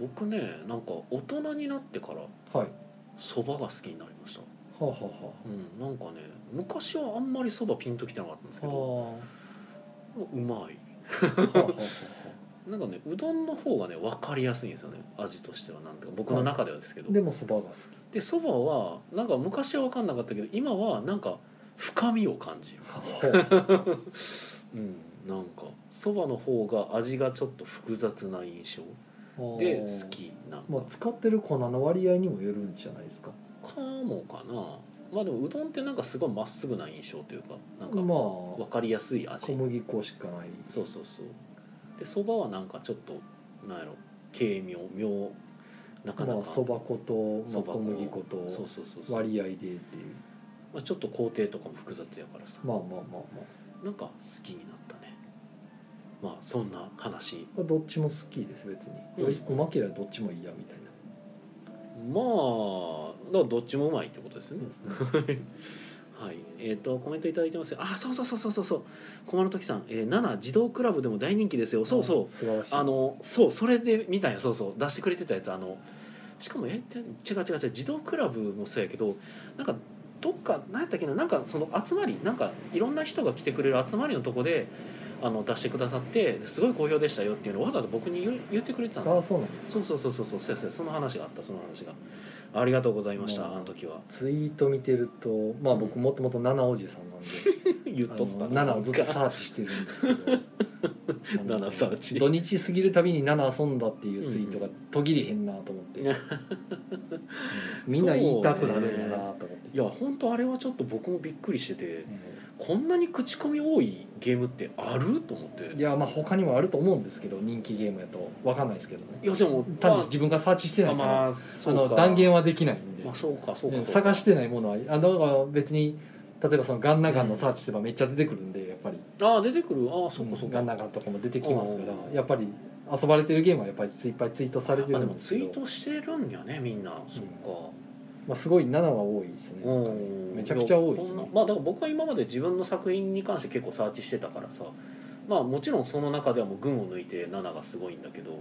Speaker 1: 僕ねなんか大人になってから
Speaker 2: はい
Speaker 1: そばが好きになりました、
Speaker 2: はあは
Speaker 1: うん、なんかね昔はあんまりそばピンときてなかったんです
Speaker 2: あ
Speaker 1: けど
Speaker 2: は
Speaker 1: うまい
Speaker 2: あはあはあは
Speaker 1: なんかねうどんの方がね分かりやすいんですよね味としてはなんていうか僕の中ではですけど、
Speaker 2: あでもそばが好き
Speaker 1: でそばはなんか昔は分かんなかったけど今はなんか深みを感じる
Speaker 2: は
Speaker 1: うんなんかそばの方が味がちょっと複雑な印象
Speaker 2: あ
Speaker 1: で好きなんか
Speaker 2: まあ使ってる粉の割合にもよるんじゃないですか
Speaker 1: かもかなまあでもうどんってなんかすごいまっすぐな印象というかなんか
Speaker 2: まあ
Speaker 1: 分かりやすい味、
Speaker 2: 小麦粉しかない
Speaker 1: そうそうそうでそばはなんかちょっとなんやろ軽妙妙なかな
Speaker 2: まあ
Speaker 1: か
Speaker 2: そば粉と、
Speaker 1: そ
Speaker 2: まあ、
Speaker 1: ば粉
Speaker 2: 小麦粉
Speaker 1: そう
Speaker 2: と
Speaker 1: そうそうそう、
Speaker 2: 割合でっていう
Speaker 1: まあ、ちょっと工程とかも複雑やからさ
Speaker 2: まあまあまあま
Speaker 1: なんか好きになったねまあそんな話
Speaker 2: あどっちも好きです別
Speaker 1: うん
Speaker 2: におい、うまければどっちもいいやみたいな
Speaker 1: まあだからどっちもうまいってことですね [LAUGHS] はいえー、とコメントいただいてますよあそうそうそうそうそうそう駒の時さん、えー、7児童クラブでも大人気ですよそうそう
Speaker 2: 素晴らしい
Speaker 1: あのそうそれで見たんやそうそう出してくれてたやつあのしかもえて違う違う違う児童クラブもそうやけどなんかどっか何やったっけななんかその集まりなんかいろんな人が来てくれる集まりのとこであの出してくださってすごい好評でしたよっていうのをわざわざ僕に言う言ってくれてたんです
Speaker 2: あ
Speaker 1: よ
Speaker 2: そうなんです
Speaker 1: そうそうそうそうそうそうそうその話があったその話がありがとうございました
Speaker 2: うん
Speaker 1: あの時は
Speaker 2: ツイート見てるとまあ僕もともと七おじさんなんで
Speaker 1: 言っとった
Speaker 2: あの7をずっと
Speaker 1: さ
Speaker 2: サーチしてるんですけど
Speaker 1: [LAUGHS] ナナサーチ
Speaker 2: 土日過ぎるたびに7遊んだっていうツイートが途切れへんなと思って、
Speaker 1: うん
Speaker 2: みんな言いたくなるんだなと思って、
Speaker 1: いや本当あれはちょっと僕もびっくりしてて
Speaker 2: う
Speaker 1: こんなに口コミ多いゲームってあると思って
Speaker 2: んいやまあ他にもあると思うんですけど人気ゲームやとわかんないですけどね
Speaker 1: いやでも
Speaker 2: 単に自分がサーチしてな
Speaker 1: あ
Speaker 2: いから、
Speaker 1: ま
Speaker 2: あ、
Speaker 1: あそうか
Speaker 2: の断言はできないんで、
Speaker 1: まあそうかそうかそう
Speaker 2: う
Speaker 1: んか
Speaker 2: 探してないものはあだから別に例えばそのガンナガンのサーチすればめっちゃ出てくるんでやっぱり、
Speaker 1: ああ出てくるああそうかそう
Speaker 2: ガ
Speaker 1: か、
Speaker 2: ンナガンとかも出てきますから
Speaker 1: うん
Speaker 2: やっぱり遊ばれてるゲームはやっぱりいっぱいツイートされて
Speaker 1: あで
Speaker 2: るん
Speaker 1: も
Speaker 2: です
Speaker 1: ツ
Speaker 2: け
Speaker 1: イー
Speaker 2: ど
Speaker 1: トしてるんやねみんな、そっ
Speaker 2: まあ、すごい7は多いですね
Speaker 1: か、うん、
Speaker 2: めちゃくちゃ多いですね
Speaker 1: やほんままあだから僕は今まで自分の作品に関して結構サーチしてたからさまあもちろんその中ではもう群を抜いて7がすごいんだけどま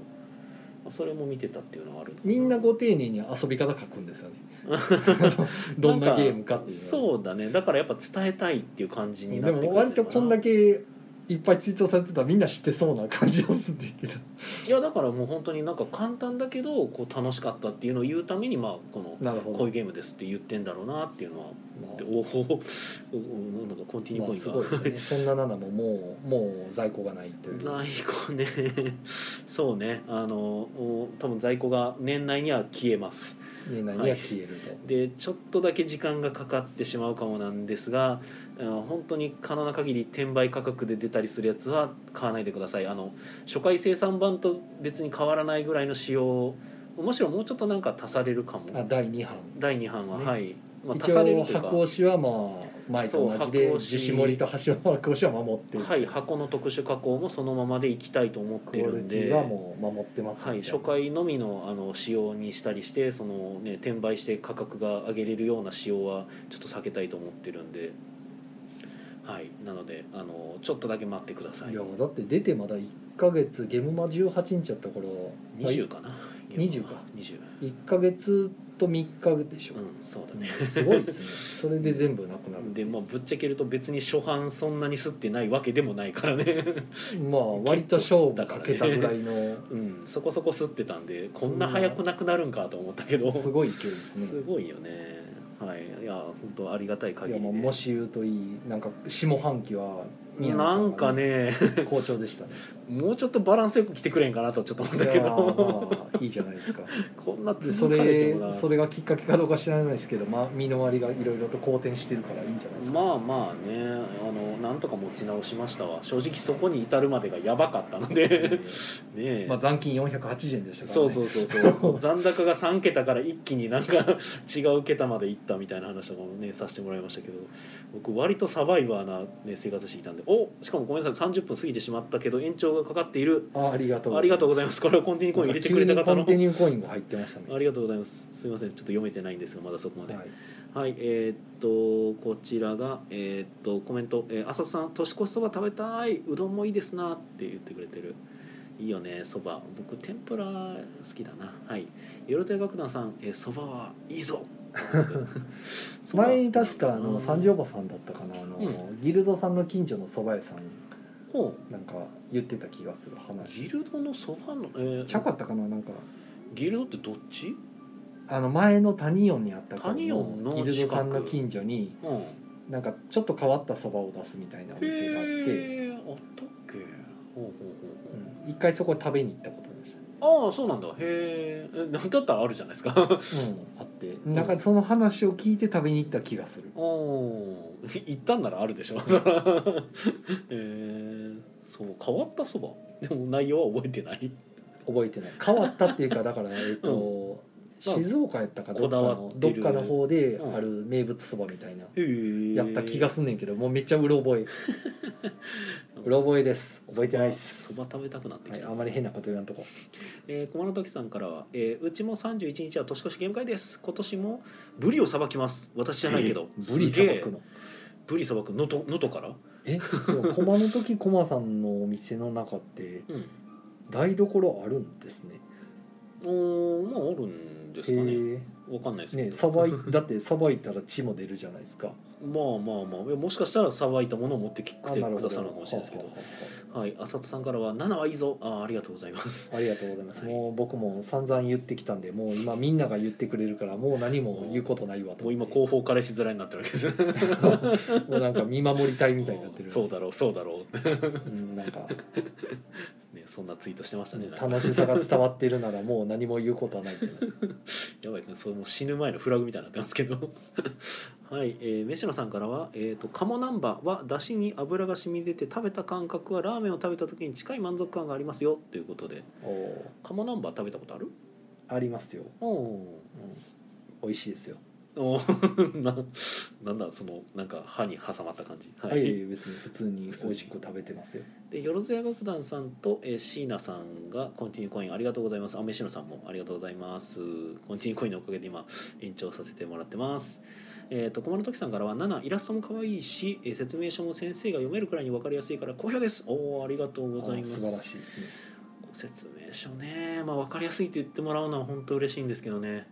Speaker 1: あそれも見てたっていうのはある
Speaker 2: みんなご丁寧に遊び方書くんですよね
Speaker 1: [LAUGHS]
Speaker 2: どんなゲームかっていうのは
Speaker 1: そうだねだからやっぱ伝えたいっていう感じにな
Speaker 2: で
Speaker 1: ってくる
Speaker 2: も割とこんだ
Speaker 1: け
Speaker 2: けいっぱいツイートされてたらみんな知ってそうな感じはするんだけど
Speaker 1: いやだからもう本当になんか簡単だけどこう楽しかったっていうのを言うためにまあこの
Speaker 2: なるほど
Speaker 1: こういうゲームですって言ってんだろうなっていうのは思って、おおおおなんかコンティニュー
Speaker 2: ま
Speaker 1: コ
Speaker 2: あ
Speaker 1: イン
Speaker 2: す
Speaker 1: が、
Speaker 2: ごいですねそんな7ももうもう在庫がないという
Speaker 1: 在庫ね [LAUGHS] そうねあのお多分在庫が年内には消えます
Speaker 2: 年内には消えると、
Speaker 1: でちょっとだけ時間がかかってしまうかもなんですがあの本当に可能な限り転売価格で出たりするやつは買わないでくださいあの初回生産版と別に変わらないぐらいの仕様むしろもうちょっとなんか足されるかも
Speaker 2: あ第2版
Speaker 1: 第2版は、
Speaker 2: ね
Speaker 1: はい、まあ、足
Speaker 2: 一
Speaker 1: される
Speaker 2: 応
Speaker 1: というか
Speaker 2: 箱押しはまあ前と同じで
Speaker 1: そう箱押し
Speaker 2: 樹脂盛りと橋の箱押しは守ってる
Speaker 1: はい、箱の特殊加工もそのままでいきたいと思っ
Speaker 2: ク
Speaker 1: て
Speaker 2: オ
Speaker 1: る
Speaker 2: リ
Speaker 1: ん
Speaker 2: テ
Speaker 1: で
Speaker 2: ィはもう守ってます
Speaker 1: はい、初回のみのあの仕様にしたりしてその、ね、転売して価格が上げれるような仕様はちょっと避けたいと思ってるんで、はい、なのであのちょっとだけ待ってくださ
Speaker 2: い
Speaker 1: い
Speaker 2: やだって出てまだ1か月ゲムマ18日やったから
Speaker 1: 20かな
Speaker 2: 20か
Speaker 1: 20
Speaker 2: 1か月と3日でしょ、
Speaker 1: うんそうだね
Speaker 2: すごいですねそれで全部なくなる
Speaker 1: でまあぶっちゃけると別に初版そんなに吸ってないわけでもないからね [LAUGHS]
Speaker 2: まあ割と勝負かけたぐらいの
Speaker 1: うんそこそこ吸ってたんでこんな早くなくなるんかと思ったけど
Speaker 2: すごい勢いですね
Speaker 1: すごいよね。はい、いや、本当ありがたい
Speaker 2: い
Speaker 1: 限
Speaker 2: や
Speaker 1: り、ね。
Speaker 2: もうもし言うといいなんか下半期は宮野
Speaker 1: な
Speaker 2: さ
Speaker 1: んか
Speaker 2: が
Speaker 1: ね
Speaker 2: 好調
Speaker 1: [LAUGHS]
Speaker 2: でしたね
Speaker 1: もうちょっとバランスよく来てくれんかなとちょっと思っ
Speaker 2: い
Speaker 1: た
Speaker 2: や
Speaker 1: けど
Speaker 2: ーまあいいじゃないですか
Speaker 1: [LAUGHS] こんな
Speaker 2: でそ
Speaker 1: 続かれて
Speaker 2: れ
Speaker 1: もな
Speaker 2: それがきっかけかどうか知らないですけど、まあ、身の回りがいろいろと好転してるからいいんじゃないですか、
Speaker 1: まあまあねあのなんとか持ち直しましたわ正直そこに至るまでがやばかったので [LAUGHS] ねえ、
Speaker 2: まあ、残金480円でしたから、ね、
Speaker 1: そうそうそうそう [LAUGHS] 残高が3桁から一気になんか違う桁までいったみたいな話とかもねさせてもらいましたけど僕割とサバイバーな、ね、生活していたんでおしかもごめんなさい30分過ぎてしまったけど延長がかかっている
Speaker 2: あありがとう
Speaker 1: ありがとうご
Speaker 2: ざ
Speaker 1: ざ
Speaker 2: い
Speaker 1: いますこれをコンティニーコイン入れてくれた
Speaker 2: なんか
Speaker 1: 方
Speaker 2: 急に
Speaker 1: の
Speaker 2: コンティニューコインが入ってましたね
Speaker 1: ありがとうございますすいませんちょっと読めてないんですがまだそこまで
Speaker 2: はい
Speaker 1: はい、えーっとこちらが、えーっとコメント「えー、浅田さん年越しそば食べたいうどんもいいですな」って言ってくれてる。いいよねそば僕天ぷら好きだなはいよろて楽団さんえーそば、はいいぞ
Speaker 2: [LAUGHS]
Speaker 1: 蕎麦は好
Speaker 2: 前
Speaker 1: き
Speaker 2: に確かあの三
Speaker 1: うん
Speaker 2: 条ばさんだったかなあの、
Speaker 1: う
Speaker 2: ギルドさんの近所の蕎麦屋さんに
Speaker 1: ほ
Speaker 2: なんか言ってた気がする
Speaker 1: う
Speaker 2: 話
Speaker 1: ギルドのそばの、えー
Speaker 2: ちゃうかったかななんか
Speaker 1: ギルドってどっち
Speaker 2: あの前のタニオンにあった
Speaker 1: タ
Speaker 2: 頃
Speaker 1: ニオンの近
Speaker 2: ギ
Speaker 1: く
Speaker 2: ルドさんの近所に
Speaker 1: うんへ
Speaker 2: なんかちょっと変わった蕎麦を出すみたいなお店があって、
Speaker 1: えあったっけほうほうほう
Speaker 2: うん一回そこ食べに行ったことでし
Speaker 1: ほうああそうなんだへええなんだったらあるじゃないですか
Speaker 2: た、うん、あってなんかその話を聞いて食べに行った気がする
Speaker 1: おおー [LAUGHS] 行ったんならあるでしょえー、そう変わったそばでも内容は覚えてない
Speaker 2: 覚えてない変わったっていうか
Speaker 1: [LAUGHS]
Speaker 2: だからえっと、静岡やったかどっか
Speaker 1: こだわっ
Speaker 2: の
Speaker 1: て
Speaker 2: どっ
Speaker 1: る
Speaker 2: かの方である名物そばみたいな、やった気が
Speaker 1: す
Speaker 2: すんねんけどもうめっちゃうろ覚えうろ覚えです覚えてないです、
Speaker 1: そば食べたくなって
Speaker 2: は
Speaker 1: き
Speaker 2: い、
Speaker 1: た、
Speaker 2: あんまり変なこと言わんとこ
Speaker 1: えー、小室時さんからは、えーうちも31日は年越しゲーム会です今年もブリをさばきます私じゃないけど、
Speaker 2: ブリ
Speaker 1: すげ
Speaker 2: さば
Speaker 1: え
Speaker 2: くの
Speaker 1: ブリさばく能登能登から
Speaker 2: えでも駒の時駒さんのお店の中って
Speaker 1: うん
Speaker 2: 台所あるんですね
Speaker 1: おーまああるんですかね
Speaker 2: へ
Speaker 1: わかんないです
Speaker 2: え
Speaker 1: け
Speaker 2: ね
Speaker 1: ど、
Speaker 2: さばいだってさばいたら血も出るじゃないですか
Speaker 1: まあまあまあいやもしかしたらさばいたものを持ってきて
Speaker 2: あ
Speaker 1: く
Speaker 2: なるほど
Speaker 1: ださるのかもしれないですけど
Speaker 2: ははは
Speaker 1: はい、浅田さんからは7はいいぞ。あーありがとうございます。
Speaker 2: はありがとうございます、
Speaker 1: はい
Speaker 2: もう僕も散々言ってきたんでもう今みんなが言ってくれるからもう何も言うことないわと
Speaker 1: もう
Speaker 2: 思
Speaker 1: 今
Speaker 2: って
Speaker 1: 後方彼氏面になってるわけです。
Speaker 2: もうなんか見守りたいみたいになってる
Speaker 1: そうだろうそうだろ
Speaker 2: うん、なんか
Speaker 1: う。ねそんなツイートしてましたね。なんか
Speaker 2: 楽しさが伝わってるならもう何も言うことはな
Speaker 1: [LAUGHS]
Speaker 2: いってな
Speaker 1: やばいですね。それもう死ぬ前のフラグみたいになってますけど。 [LAUGHS] はい、えー、飯野さんからはえっ、と鴨南蛮は出汁に油が染み出て食べた感覚はラーメンを食べた時に近い満足感がありますよということで
Speaker 2: おー
Speaker 1: 鴨南蛮食べたことある？
Speaker 2: ありますよ、
Speaker 1: おお
Speaker 2: うん、美味しいですよ、
Speaker 1: ー。おー [LAUGHS] ななんだそのなんか歯に挟まった感じ。
Speaker 2: はい、いえいえ別に普通に美味しく食べてますよ
Speaker 1: でよろずや楽団さんと、えー、椎名さんがコンティニューコインありがとうございますあ飯野さんもありがとうございますコンティニューコインのおかげで今延長させてもらってますえー、と小室時さんからは7イラストも可愛いし、えー説明書も先生が読めるくらいに分かりやすいから好評ですおおありがとうございま
Speaker 2: あー
Speaker 1: す
Speaker 2: 素晴らしいですね
Speaker 1: 説明書ね、まあ、分かりやすいって言ってもらうのは本当嬉しいんですけどね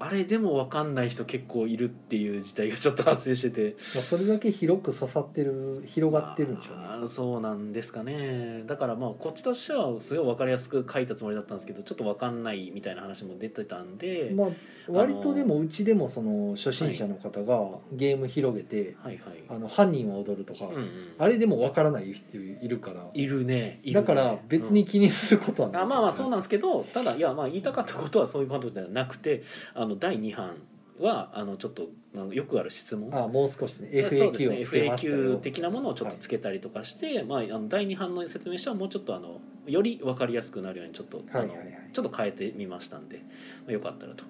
Speaker 1: あれでも分かんない人結構いるっていう事態がちょっと発生してて
Speaker 2: まあ、それだけ広く刺さってる広がってるんでしょうね
Speaker 1: あーそうなんですかねだからまあこっちとしてはすごい分かりやすく書いたつもりだったんですけどちょっと分かんないみたいな話も出てたんで、
Speaker 2: まあ、割とでもうちでもその初心者の方がゲーム広げて
Speaker 1: はいはい
Speaker 2: 「あの犯人は踊る」とか、
Speaker 1: うんうん、
Speaker 2: あれでもわからない人いるから
Speaker 1: いるねいる
Speaker 2: だ
Speaker 1: ね
Speaker 2: から別
Speaker 1: う
Speaker 2: に
Speaker 1: ん
Speaker 2: 気にすることはない、
Speaker 1: あまあまあそうなんですけどただいやまあ言いたかったことはそういうことではなくてあの第2版はあのちょっとあのよくある質問
Speaker 2: あもう少しね
Speaker 1: そうですね
Speaker 2: FAQ をつけましたよ
Speaker 1: FAQ 的なものをちょっとつけたりとかして、まあ、あの第2版の説明書はもうちょっとあのより分かりやすくなるようにちょっと、
Speaker 2: はい
Speaker 1: あ
Speaker 2: はい
Speaker 1: の
Speaker 2: はい
Speaker 1: ちょっと変えてみましたんで、まあ、よかったらと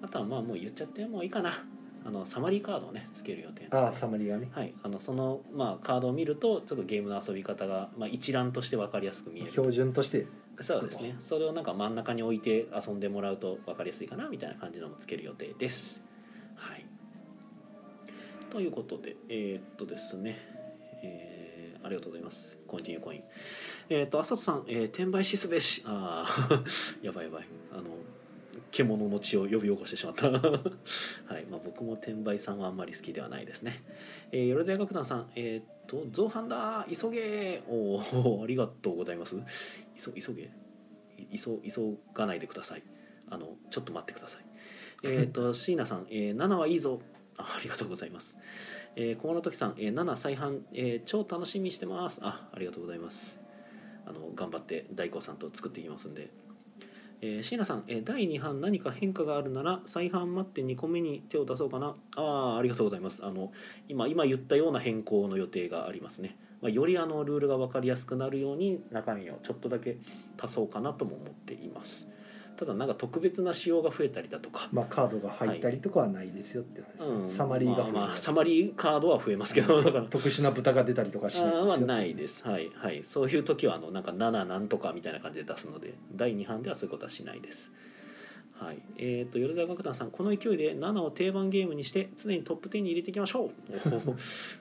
Speaker 1: あとはまあもう言っちゃってもういいかなあのサマリーカードをねつける予定
Speaker 2: ああサマリーがね
Speaker 1: はい、あのその、まあ、カードを見るとちょっとゲームの遊び方が、まあ、一覧として分かりやすく見える
Speaker 2: 標準として
Speaker 1: そうですねそれをなんか真ん中に置いて遊んでもらうと分かりやすいかなみたいな感じのもつける予定です。はい、ということでえーっとですね、えーありがとうございますコンティニューコイン。えーっと浅田さん、えー転売しすべしあー [LAUGHS] やばいやばいあの獣の血を呼び起こしてしまった、 [LAUGHS] はいまあ、僕も転売さんはあんまり好きではないですね。えー、よろずや楽団さん、えーっと造反だ急げおー [LAUGHS] ありがとうございます。急急げい急急がないでくださいあのちょっと待ってくださいえっ、と椎名さん、えー、7はいいぞあありがとうございますえー、小野時さん、えー、7再販、えー超楽しみにしてますあありがとうございますあの頑張って大光さんと作っていきますんで、えー、椎名さん、えー第2版何か変化があるなら再販待って2個目に手を出そうかなあーありがとうございますあの今今言ったような変更の予定がありますね、まあ、よりあのルールが分かりやすくなるように中身をちょっとだけ足そうかなとも思っていますただなんか特別な仕様が増えたりだとか
Speaker 2: まあカードが入ったりとかはないですよって話、サマリーが増え
Speaker 1: まあまあ、サマリーカードは増えますけどだから
Speaker 2: 特殊な豚が出たりとかしない
Speaker 1: あーは
Speaker 2: よ
Speaker 1: ないですはいはいそういう時はあのなんか7なんとかみたいな感じで出すので第2版ではそういうことはしないですはいえー、と米沢楽団さんこの勢いで7を定番ゲームにして常にトップ10に入れていきましょうお
Speaker 2: [LAUGHS]
Speaker 1: ー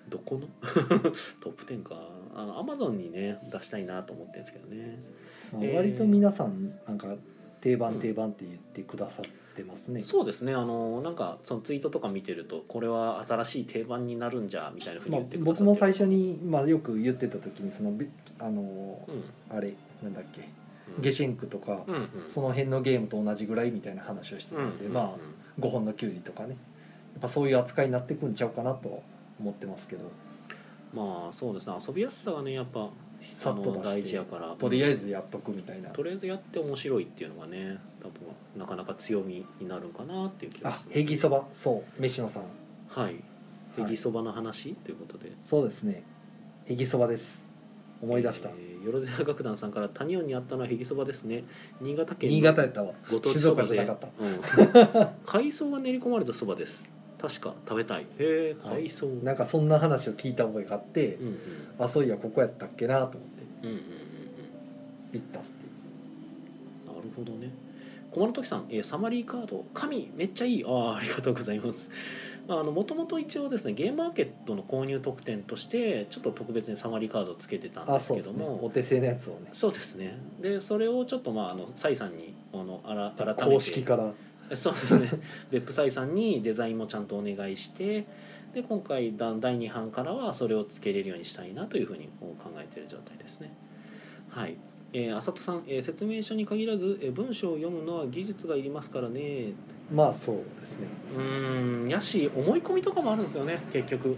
Speaker 1: どこの [LAUGHS] トップ10かあのアマゾンにね出したいなと思ってるんですけどね
Speaker 2: まあ
Speaker 1: えー
Speaker 2: 割と皆さんなんか定
Speaker 1: う
Speaker 2: 番
Speaker 1: ん
Speaker 2: 定番って言ってくださってますね、
Speaker 1: そうですねあのなんかそのツイートとか見てるとこれは新しい定番になるんじゃみたいなふうに
Speaker 2: まあ
Speaker 1: 言ってくださって
Speaker 2: 僕も最初に、まあ、よく言ってた時にそのびあの
Speaker 1: うん
Speaker 2: ーあれなんだっけ
Speaker 1: うん
Speaker 2: ゲシンクとか、
Speaker 1: うんうん
Speaker 2: その辺のゲームと同じぐらいみたいな話をしてたので、まあ5本のキュウリとかねやっぱそういう扱いになってくんちゃうかなと思ってますけど
Speaker 1: まあそうですね遊びやすさがねやっぱ
Speaker 2: さっ
Speaker 1: あ
Speaker 2: と出し
Speaker 1: の
Speaker 2: て
Speaker 1: 大事やから
Speaker 2: とりあ
Speaker 1: ず、
Speaker 2: えずやっとくみたいな、
Speaker 1: とりあえずやって面白いっていうのがね多分なかなか強みになるかなっていう気が
Speaker 2: あ
Speaker 1: します
Speaker 2: ヘギそばそう飯野さん
Speaker 1: はいヘギそばの話、ということで
Speaker 2: そうですねヘギそばです思い出した、
Speaker 1: えーよろずや楽団さんから「谷尾にあったのはヘギそばですね新潟県の
Speaker 2: 新潟やったわ
Speaker 1: ご当地そば
Speaker 2: 静岡じ
Speaker 1: で
Speaker 2: ゃなか
Speaker 1: うん海藻が練り込まれたそばです確か食べたいへえ
Speaker 2: はい
Speaker 1: 海藻、
Speaker 2: なんかそんな話を聞いた覚えがあって、
Speaker 1: うんうん
Speaker 2: あそういやここやったっけなと思っ
Speaker 1: う
Speaker 2: て
Speaker 1: んうんうんうん
Speaker 2: 行ったっていう
Speaker 1: なるほどね。駒の時さん、えーサマリーカード、神、めっちゃいい、ああ、ありがとうございます。まああの、もともと一応ですね、ゲームマーケットの購入特典として、ちょっと特別にサマリーカードをつけてたん
Speaker 2: あ
Speaker 1: です
Speaker 2: そう
Speaker 1: け
Speaker 2: で
Speaker 1: ど
Speaker 2: すねお
Speaker 1: も。
Speaker 2: 手製のやつをね
Speaker 1: そうですね。で、それをちょっと、まあ、あの、サイさんに、あの、あら、改めて。
Speaker 2: 公式から
Speaker 1: [LAUGHS] そうですね別府イさんにデザインもちゃんとお願いしてで今回だ第2版からはそれをつけれるようにしたいなというふうにこう考えている状態ですね。はいえー、浅戸さん、えー説明書に限らず、えー文章を読むのは技術がいりますからね
Speaker 2: まあそうですね
Speaker 1: うーんやし思い込みとかもあるんですよね結局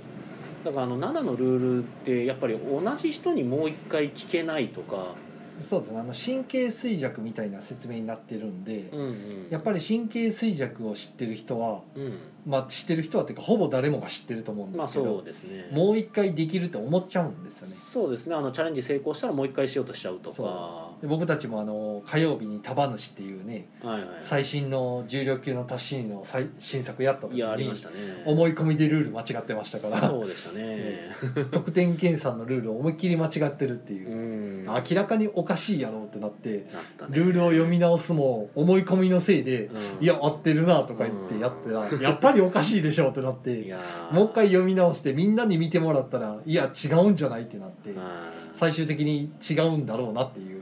Speaker 1: だからあの7のルールってやっぱり同じ人にもう一回聞けないとか、
Speaker 2: そうですねあの神経衰弱みたいな説明になってるんで、
Speaker 1: うんうん、
Speaker 2: やっぱり神経衰弱を知ってる人は
Speaker 1: り、うん、
Speaker 2: まあ知ってる人はっていうかほぼ誰もが知ってると思うん
Speaker 1: ま
Speaker 2: で
Speaker 1: あ
Speaker 2: すけど、
Speaker 1: そうですね
Speaker 2: もう一回できるって思っちゃうんですよね
Speaker 1: そうですねあのチャレンジ成功したらもう一回しようとしちゃうとか
Speaker 2: そうで僕たちもあの火曜日に束主っていうね
Speaker 1: はいは
Speaker 2: 最新の重量級の達シーンの最新作やった時
Speaker 1: いいやあり
Speaker 2: に
Speaker 1: ましたね
Speaker 2: 思い込みでルール間違ってましたか
Speaker 1: そうでしたね
Speaker 2: ねら得点検査のルールを思いっきり間違ってるっていうう、
Speaker 1: んなっ
Speaker 2: 明らかにおかしいやろうってなって
Speaker 1: たね
Speaker 2: ルールを読み直すも思い込みのせいで「いや合ってるな」とか言っ
Speaker 1: う
Speaker 2: て
Speaker 1: ん
Speaker 2: やったら「やっぱりおかしいでしょ」ってなっ
Speaker 1: い
Speaker 2: て
Speaker 1: やー
Speaker 2: もう一回読み直してみんなに見てもらったら「いや違うんじゃない?」ってなって
Speaker 1: まあ
Speaker 2: 最終的に違うんだろうなっていう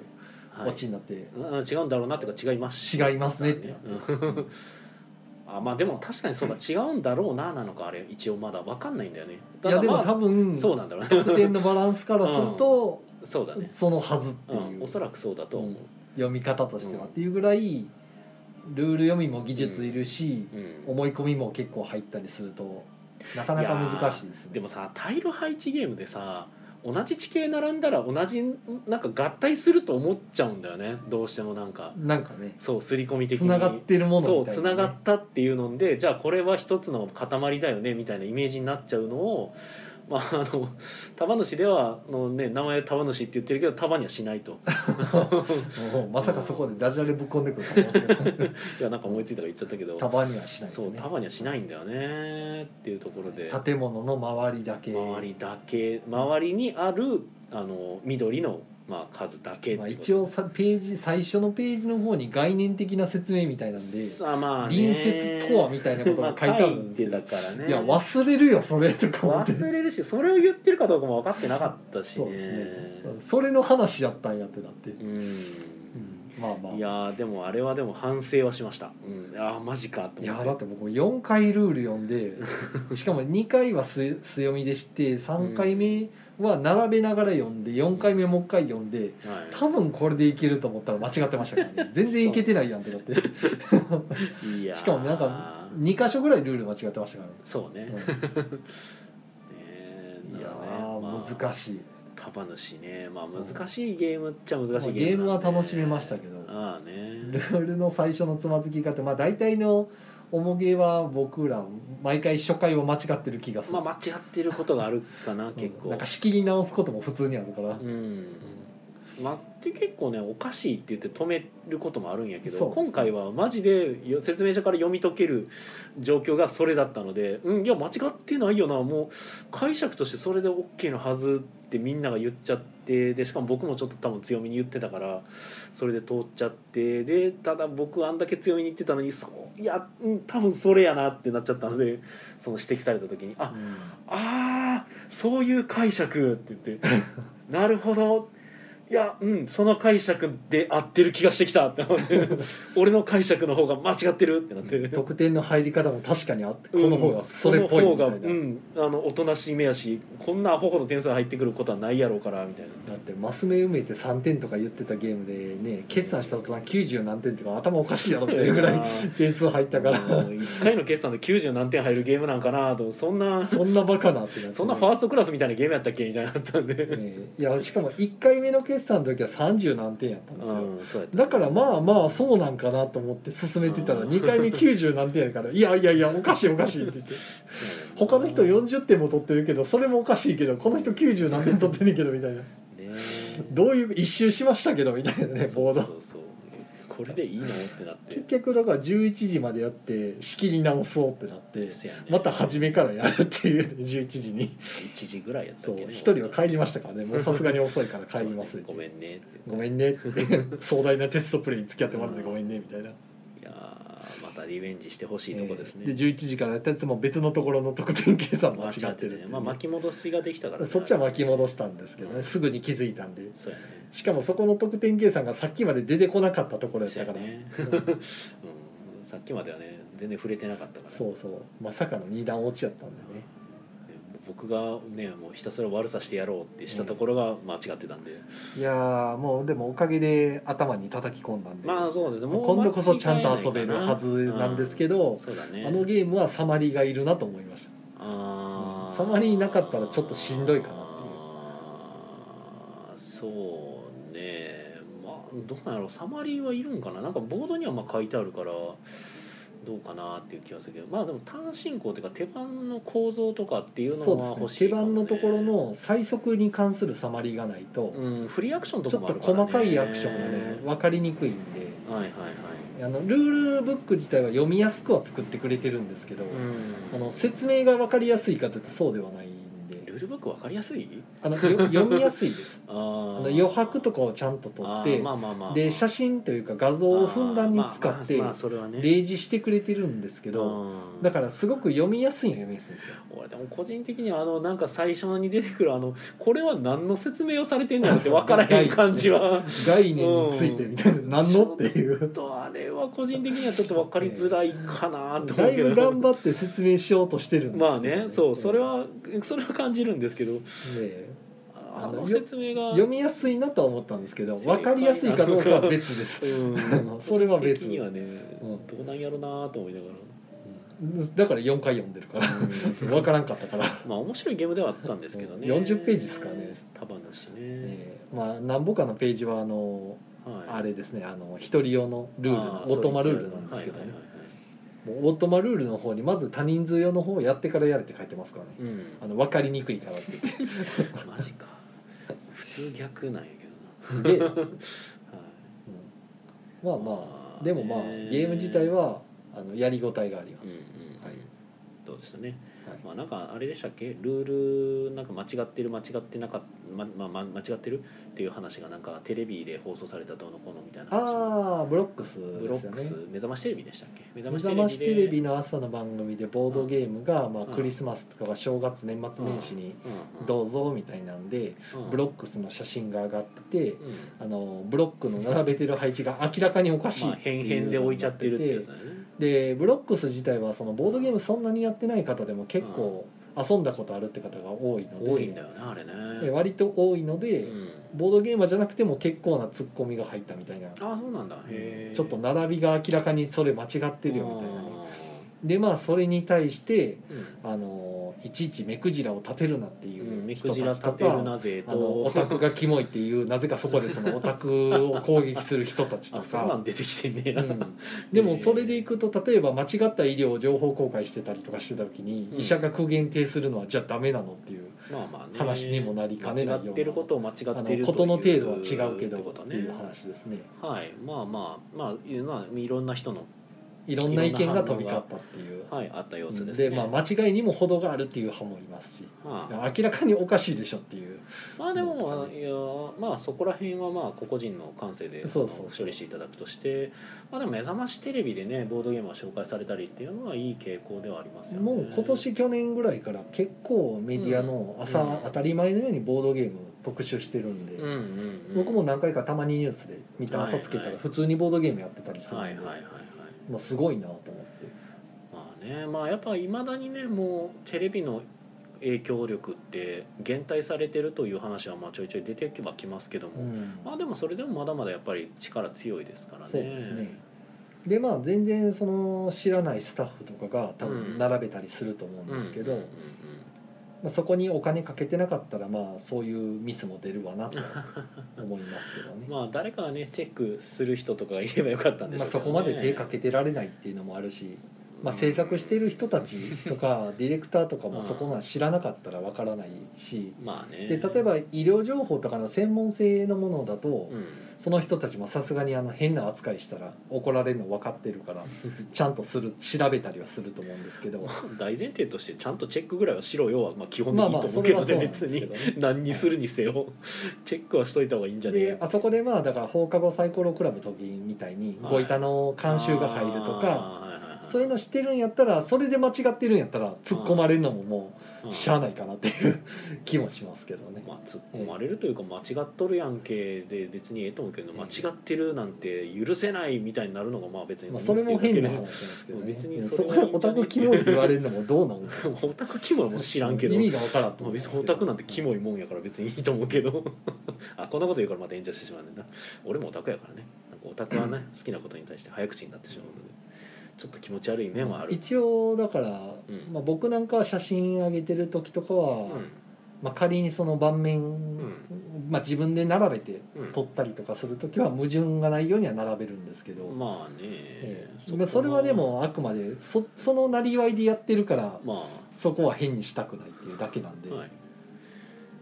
Speaker 1: はい
Speaker 2: オチになって
Speaker 1: うん違うんだろうなっていうか違いますし
Speaker 2: 違いますねってなっ
Speaker 1: うんあまあでも確かにそうだ違うんだろうななのかあれ一応まだ分かんないんだよね
Speaker 2: て
Speaker 1: た
Speaker 2: い
Speaker 1: だ
Speaker 2: やでも
Speaker 1: まあ
Speaker 2: 多分
Speaker 1: そう
Speaker 2: 得
Speaker 1: なんだろうね [LAUGHS]
Speaker 2: 点のバランスからすると
Speaker 1: そうだね
Speaker 2: そのはずって
Speaker 1: う
Speaker 2: い
Speaker 1: ん
Speaker 2: う
Speaker 1: おそらくそうだと思う
Speaker 2: 読み方として
Speaker 1: う
Speaker 2: は
Speaker 1: ん
Speaker 2: っていうぐらいルール読みも技術いるし
Speaker 1: うん
Speaker 2: 思い込みも結構入ったりするとなかなか難しいですね
Speaker 1: でもさタイル配置ゲームでさ同じ地形並んだら同じなんか合体すると思っちゃうんだよねどうしてもなんか
Speaker 2: なんかね
Speaker 1: そう刷り込み的
Speaker 2: つ
Speaker 1: に
Speaker 2: ながってるものみたいな
Speaker 1: そう
Speaker 2: ね
Speaker 1: つながったっていうのでじゃあこれは一つの塊だよねみたいなイメージになっちゃうのをまああの束主ではあの、ね、名前束主って言ってるけど束にはしないと
Speaker 2: もうまさかそこでダジャレぶっこんでくると思
Speaker 1: [LAUGHS]
Speaker 2: って
Speaker 1: いやなんか思いついたから言っちゃったけど、
Speaker 2: た束にはしないです
Speaker 1: そう
Speaker 2: ね
Speaker 1: 束にはしないんだよねっていうところで
Speaker 2: 建物の周りだけ
Speaker 1: 周りだけ周りにあるあの緑の、まあ、数だけって
Speaker 2: まあ、
Speaker 1: こと
Speaker 2: 一応さページ最初のページの方に概念的な説明みたいなんで
Speaker 1: さあまあね
Speaker 2: 隣接とはみたいなことが書いてあるんですけど、
Speaker 1: まあ書いてたからね
Speaker 2: いや忘れるよそれとか思って
Speaker 1: 忘れるしそれを言ってるかどうかも分かってなかったし
Speaker 2: そう
Speaker 1: ね
Speaker 2: ですねそれの話やったんやってなって、う
Speaker 1: うん
Speaker 2: ん、まあまあ
Speaker 1: いやーでもあれはでも反省はしました、うん、ああマジかと
Speaker 2: い
Speaker 1: 思
Speaker 2: や
Speaker 1: って
Speaker 2: だって僕4回ルール読
Speaker 1: [LAUGHS]
Speaker 2: んでしかも2回はす強みでして3回目は並べながら読んで4回目もう一回読んで
Speaker 1: はい、
Speaker 2: 多分これでいけると思ったら間違ってましたから
Speaker 1: [LAUGHS]
Speaker 2: ね全然いけてないやんってなって
Speaker 1: いやー
Speaker 2: しかもなんか2箇所ぐらいルール間違ってましたからね
Speaker 1: そうね、
Speaker 2: うんいや
Speaker 1: だからねま
Speaker 2: ー
Speaker 1: あ
Speaker 2: 難しい
Speaker 1: 束主ねまあ難しいゲームっちゃ難しい
Speaker 2: ゲーム
Speaker 1: な
Speaker 2: は
Speaker 1: んで
Speaker 2: 楽しめましたけど
Speaker 1: ああね
Speaker 2: ルールの最初のつまずき方まあ大体の重げは僕ら毎回初回を間違ってる気がする、
Speaker 1: まあ間違ってることがあるかな
Speaker 2: うん
Speaker 1: 結構
Speaker 2: なんか仕切り直すことも普通にあるから、
Speaker 1: うんまって結構ねおかしいって言って止めることもあるんやけ
Speaker 2: そ
Speaker 1: ど
Speaker 2: う
Speaker 1: 今回はマジでよ説明書から読み解ける状況がそれだったので「うんいや間違ってないよなもう解釈としてそれで OK のはず」ってみんなが言っちゃってでしかも僕もちょっと多分強めに言ってたからそれで通っちゃってでただ僕あんだけ強めに言ってたのにそういや、うん、多分それやなってなっちゃったのでその指摘された時に「ああーそういう解釈って言ってなるほどいやうんその解釈で合ってる気がしてきたって思って俺の解釈の方が間違ってるってなって、うん
Speaker 2: 得点の入り方も確かにあってこの方がそれっぽい
Speaker 1: その
Speaker 2: みた
Speaker 1: 方
Speaker 2: い
Speaker 1: が
Speaker 2: な、
Speaker 1: うんあのおとなしい目やしこんなアホほど点数入ってくることはないやろうからみたいな
Speaker 2: だってマス目埋めて3点とか言ってたゲームでね決算したと90何点とか頭おかしいやろっていうぐらい [LAUGHS] 点数入ったから
Speaker 1: 1回の決算で90何点入るゲームなんかなとそんな
Speaker 2: そんなバカなってなってね
Speaker 1: そんなファーストクラスみたいなゲームやったっけみたいになったんで、
Speaker 2: ええいやしかも1回目の決算の時は30何点やったんです
Speaker 1: う
Speaker 2: よ、
Speaker 1: んそうやった
Speaker 2: だからまあまあそうなんかなと思って進めてたら
Speaker 1: うん
Speaker 2: 2回目90何点やから「いやいやい
Speaker 1: [LAUGHS]
Speaker 2: やおかしいおかしい」って言って
Speaker 1: そうやな
Speaker 2: 他の人40点も取ってるけどそれもおかしいけどこの人90何点取ってんねんけどみたいな
Speaker 1: ね
Speaker 2: どういう一周しましたけどみたいなねボ
Speaker 1: そう
Speaker 2: ード
Speaker 1: そうそうこれでいいのってなって
Speaker 2: 結局だから11時までやって仕切り直そうってなって
Speaker 1: ですよね
Speaker 2: また初めからやるっていうね11時に
Speaker 1: 1時ぐらいやった
Speaker 2: そ
Speaker 1: っ
Speaker 2: う
Speaker 1: けね
Speaker 2: 1人は帰りましたからねもうさすがに遅いから帰ります
Speaker 1: そうね
Speaker 2: って
Speaker 1: ごめんねって
Speaker 2: ごめんねって壮大なテストプレイに付き合ってもらってごめんねみたいない
Speaker 1: やーまたリベンジしてほしいとこですね、
Speaker 2: えーで11時からやったやつも別のところの得点計算間
Speaker 1: 間違
Speaker 2: 違
Speaker 1: っ
Speaker 2: っ
Speaker 1: てて
Speaker 2: るってい
Speaker 1: ね
Speaker 2: うね
Speaker 1: まあ巻き戻しができたからね、
Speaker 2: そっちは巻き戻したんですけどねすぐに気づいたんで
Speaker 1: そうやね
Speaker 2: しかもそこの得点計算がさっきまで出てこなかったところやっ
Speaker 1: そう
Speaker 2: た
Speaker 1: や
Speaker 2: から
Speaker 1: ね、
Speaker 2: うん
Speaker 1: うん、さっきまではね全然触れてなかったから
Speaker 2: そうそうまさかの二段落ちやったんだよね
Speaker 1: ね僕がねもうひたすら悪さしてやろうってしたところが間違ってたんで、
Speaker 2: いやーもうでもおかげで頭に叩き込んだんで
Speaker 1: まあそうですねもう
Speaker 2: 今度こそちゃんと遊べるはず
Speaker 1: 間違いいか
Speaker 2: なんですけど
Speaker 1: そうだね
Speaker 2: あのゲームはサマリーがいるなと思いました
Speaker 1: あー
Speaker 2: サマリーなかったらちょっとしんどいかなっていう
Speaker 1: あーそうねまあどうなんやろうサマリーはいるんかななんかボードにはまあ書いてあるからどうかなっていう気がするけどまあでも単進行っていうか手番の構造とかっていう
Speaker 2: そ
Speaker 1: のは
Speaker 2: う
Speaker 1: 欲
Speaker 2: です
Speaker 1: しい
Speaker 2: ね
Speaker 1: か
Speaker 2: 手
Speaker 1: も、
Speaker 2: 番
Speaker 1: ね、
Speaker 2: のところの最速に関するサマリーがないと、
Speaker 1: うんフリーアクションとか
Speaker 2: ちょっ
Speaker 1: もあ
Speaker 2: と
Speaker 1: るから、ね、
Speaker 2: 細かいアクションがね分かりにくいんで
Speaker 1: はいはいはい
Speaker 2: あのルールブック自体は読みやすくは作ってくれてるんですけど、
Speaker 1: うん
Speaker 2: あの説明が分かりやすいかというとそうではないんで
Speaker 1: ルールブックわかりやすい
Speaker 2: あのよ読みやすいです
Speaker 1: [LAUGHS] あ
Speaker 2: あ
Speaker 1: の
Speaker 2: の余白とかをちゃんと取って、
Speaker 1: まあまあまあ
Speaker 2: で写
Speaker 1: 真
Speaker 2: 真というか画像をふんだんに使って
Speaker 1: まあまあまあそれはね
Speaker 2: 例示してくれてるんですけど、
Speaker 1: うん
Speaker 2: だからすごく読みやすいのは読みやすいんですよ。
Speaker 1: 俺でも個人的にはあのなんか最初に出てくるあのこれは何の説明をされてん
Speaker 2: [LAUGHS]
Speaker 1: だろうって分からへん感じは
Speaker 2: 概念についてみたいな、何のってい
Speaker 1: ちょっ
Speaker 2: う。
Speaker 1: とあれは個人的にはちょっと分かりづらいかなと
Speaker 2: だ
Speaker 1: 思う
Speaker 2: い
Speaker 1: け
Speaker 2: ぶ頑
Speaker 1: ど。
Speaker 2: 張って説明しようとしてるんですけど
Speaker 1: まあねそうそれはそれは感じるんですけど
Speaker 2: ね
Speaker 1: あの説明が
Speaker 2: 読みやすいなとは思ったんですけど
Speaker 1: 正解
Speaker 2: 分かりやすいかどうかは別です
Speaker 1: うん
Speaker 2: [LAUGHS] それは
Speaker 1: 個
Speaker 2: 別
Speaker 1: 人的にはね
Speaker 2: うん
Speaker 1: どうなんやろうなと思いながら
Speaker 2: だから4回読んでるから分からんかったから、
Speaker 1: まあ面白いゲームではあったんですけどね
Speaker 2: うん40ページですからね
Speaker 1: 束なしね、
Speaker 2: えーまあ何ぼかのページはあの
Speaker 1: はい
Speaker 2: あれですねあの一人用のルール
Speaker 1: あ
Speaker 2: の
Speaker 1: そ
Speaker 2: オ
Speaker 1: う
Speaker 2: ートマルールなんですけど
Speaker 1: はい
Speaker 2: ね
Speaker 1: はいはいはい
Speaker 2: もうオートマルールの方にまず他人数用の方をやってからやれって書いてますからね
Speaker 1: うん
Speaker 2: あの分かりにくいからって
Speaker 1: [LAUGHS] マジか普通逆なんやけ
Speaker 2: で、うん
Speaker 1: どな、はい、
Speaker 2: まあまあでもまあゲーム自体はあのやりごたえがありま
Speaker 1: うん
Speaker 2: す、
Speaker 1: うんうん、
Speaker 2: はい
Speaker 1: どうでしたね、
Speaker 2: はい
Speaker 1: まあなんかあれでしたっけルールなんか間違ってる間違ってなかっままま間違ってるっていう話がなんかテレビで放送されたどうのこうのみたいな話も
Speaker 2: ああブロックス
Speaker 1: ブロッ
Speaker 2: で
Speaker 1: ク
Speaker 2: す
Speaker 1: ス
Speaker 2: よね
Speaker 1: 目覚ましテレビでしたっけ目
Speaker 2: 目覚ましテ
Speaker 1: で
Speaker 2: レビの朝の番組でボードゲームが、まあ、
Speaker 1: うん
Speaker 2: クリスマスとか正月年末年始にどうぞみたいなんで
Speaker 1: うんうん
Speaker 2: ブロックスの写真が上がってて
Speaker 1: うん
Speaker 2: あのブロックの並べてる配置が明らかにおかしい
Speaker 1: まあ
Speaker 2: って
Speaker 1: 変
Speaker 2: い
Speaker 1: 変
Speaker 2: う
Speaker 1: で
Speaker 2: の
Speaker 1: 置
Speaker 2: に
Speaker 1: いちゃ
Speaker 2: な
Speaker 1: ってるってやつだよね
Speaker 2: でブロックス自体はそのボードゲームそんなにやってない方でも結構遊んだことあるって方が多いので
Speaker 1: 多いんだよねあれね
Speaker 2: で割と多いので、
Speaker 1: うん
Speaker 2: ボードゲームじゃなくても結構なツッコミが入ったみたいな
Speaker 1: ああそうなんだへえ
Speaker 2: ちょっと並びが明らかにそれ間違ってるよみたいなね
Speaker 1: あー
Speaker 2: でまあそれに対して
Speaker 1: うん、
Speaker 2: あのいちいち目くじらを立てるなっていううん
Speaker 1: 目
Speaker 2: 人
Speaker 1: く
Speaker 2: た
Speaker 1: じら
Speaker 2: ち
Speaker 1: 立
Speaker 2: と
Speaker 1: てる
Speaker 2: か
Speaker 1: なぜ
Speaker 2: あのオ
Speaker 1: と
Speaker 2: タクがキモいっていうなぜかそこでそのオタクを攻撃する人たちと
Speaker 1: [LAUGHS] あそんな
Speaker 2: か
Speaker 1: ん。出てきてんねえ
Speaker 2: う
Speaker 1: な、 [LAUGHS]
Speaker 2: ん、 [LAUGHS] でもそれでいくと例えば間違った医療を情報公開してたりとかしてた時に、
Speaker 1: うん
Speaker 2: 医者が苦言呈するのはじゃあダメなのっていう
Speaker 1: まあまあね
Speaker 2: 話にもなりかねないような
Speaker 1: 間違ってることを間違
Speaker 2: あ
Speaker 1: っている
Speaker 2: のことの程度は違うけ
Speaker 1: っ
Speaker 2: ど
Speaker 1: てこと
Speaker 2: って
Speaker 1: ね
Speaker 2: いう話ですね
Speaker 1: はいまあまあまあいうのはいろんな人の、
Speaker 2: いろんな意見が飛び交ったっていう
Speaker 1: はい、あった様子ですね
Speaker 2: でまあ間違いにも程があるっていう派もいますし
Speaker 1: はあ
Speaker 2: 明らかにおかしいでしょっていう
Speaker 1: まあでもいやまあそこら辺はまあ個々人の感性であの
Speaker 2: そうそうそう
Speaker 1: 処理していただくとしてまあでも目覚ましテレビでねボードゲームを紹介されたりっていうのはいい傾向ではありますよね
Speaker 2: もう今年去年ぐらいから結構メディアの朝、
Speaker 1: うん
Speaker 2: 当たり前のようにボードゲーム特集してるんで、
Speaker 1: うんうん、うん、
Speaker 2: 僕も何回かたまにニュースで見て
Speaker 1: はい
Speaker 2: 朝つけた
Speaker 1: は
Speaker 2: ら
Speaker 1: い
Speaker 2: 普通にボードゲームやってたりするんで、
Speaker 1: はいはいはいはい
Speaker 2: まあ、すごいなと思って
Speaker 1: まあねまあやっぱいまだにねもうテレビの影響力って減退されてるという話はまあちょいちょい出てきはきますけども、
Speaker 2: うん
Speaker 1: まあでもそれでもまだまだやっぱり力強いですからね
Speaker 2: そうですねでまあ全然その知らないスタッフとかが多
Speaker 1: うん
Speaker 2: 分並べたりすると思うんですけど、
Speaker 1: うんうんうん
Speaker 2: まあ、そこにお金かけてなかったらまあそういうミスも出るわなと思いますけどね
Speaker 1: うん [LAUGHS] まあ誰かがねチェックする人とかがいればよかったんでしょ
Speaker 2: まあ、
Speaker 1: うけど、
Speaker 2: そ
Speaker 1: ね、
Speaker 2: こまで手かけてられないっていうのもあるし、まあ、制作している人たちとかディレクターとかもそこは知らなかったらわからないし
Speaker 1: まあね
Speaker 2: で例えば医療情報とかの専門性のものだと
Speaker 1: うん
Speaker 2: その人たちもさすがにあの変な扱いしたら怒られるの分かってる
Speaker 1: [LAUGHS]
Speaker 2: からちゃんとする調べたりはすると思うんですけど
Speaker 1: 大前提としてちゃんとチェックぐらいはしろよはまあ基本
Speaker 2: ま
Speaker 1: 的にいい
Speaker 2: あまあ
Speaker 1: と思
Speaker 2: そう
Speaker 1: け
Speaker 2: れ
Speaker 1: ど
Speaker 2: はそ
Speaker 1: ね
Speaker 2: う
Speaker 1: 別
Speaker 2: なんですけど
Speaker 1: に
Speaker 2: ね。
Speaker 1: 何にするにせよチェックはしといた方がいいんじゃねえ
Speaker 2: であそこでまあだから放課後サイコロクラブ時みたいに
Speaker 1: はい
Speaker 2: ご板の監修が入ると
Speaker 1: あ
Speaker 2: か
Speaker 1: ーはいはいはい
Speaker 2: そういうのしてるんやったらそれで間違ってるんやったら突っ込まれるのもも
Speaker 1: うん
Speaker 2: うしゃあないかなっていう [LAUGHS] 気もしますけどね
Speaker 1: まあ、突っ込まれるというか間違っとるやんけで別にええと思うけど
Speaker 2: うん
Speaker 1: 間違ってるなんて許せないみたいになるのがまあ別に
Speaker 2: まあそれも変な話なん
Speaker 1: 思っ
Speaker 2: ですけどね
Speaker 1: 別に
Speaker 2: うん
Speaker 1: そ
Speaker 2: そ
Speaker 1: れ
Speaker 2: こ
Speaker 1: はいいんじゃね
Speaker 2: はオタクキモいって言われるのもどうなん
Speaker 1: てるけどオタクキモいも知らんけど
Speaker 2: 意味が分からん
Speaker 1: まあ、別にオタクなんてキモ
Speaker 2: い
Speaker 1: いもんやから別にいいと思うけど [LAUGHS] あこんなこと言うからまた炎上してしまうねんな俺もオタクやからねなんかオタクは
Speaker 2: [CLEARS THROAT]
Speaker 1: ね好きなことに対して早口になってしまうのでちょっと気持ち悪い面はある、
Speaker 2: 一応だから
Speaker 1: ん
Speaker 2: まあ僕なんかは写真上げてる時とか
Speaker 1: うん
Speaker 2: はまあ仮にその盤面まあ自分で並べて
Speaker 1: うん
Speaker 2: 取ったりとかする時は矛盾がないようには並べるんですけど、
Speaker 1: まあね、
Speaker 2: ええ
Speaker 1: こ
Speaker 2: まあそれはでもあくまでそそのなりわいでやってるから、
Speaker 1: ま
Speaker 2: そこは変にしたくないっていうだけなんで、
Speaker 1: あ、はい、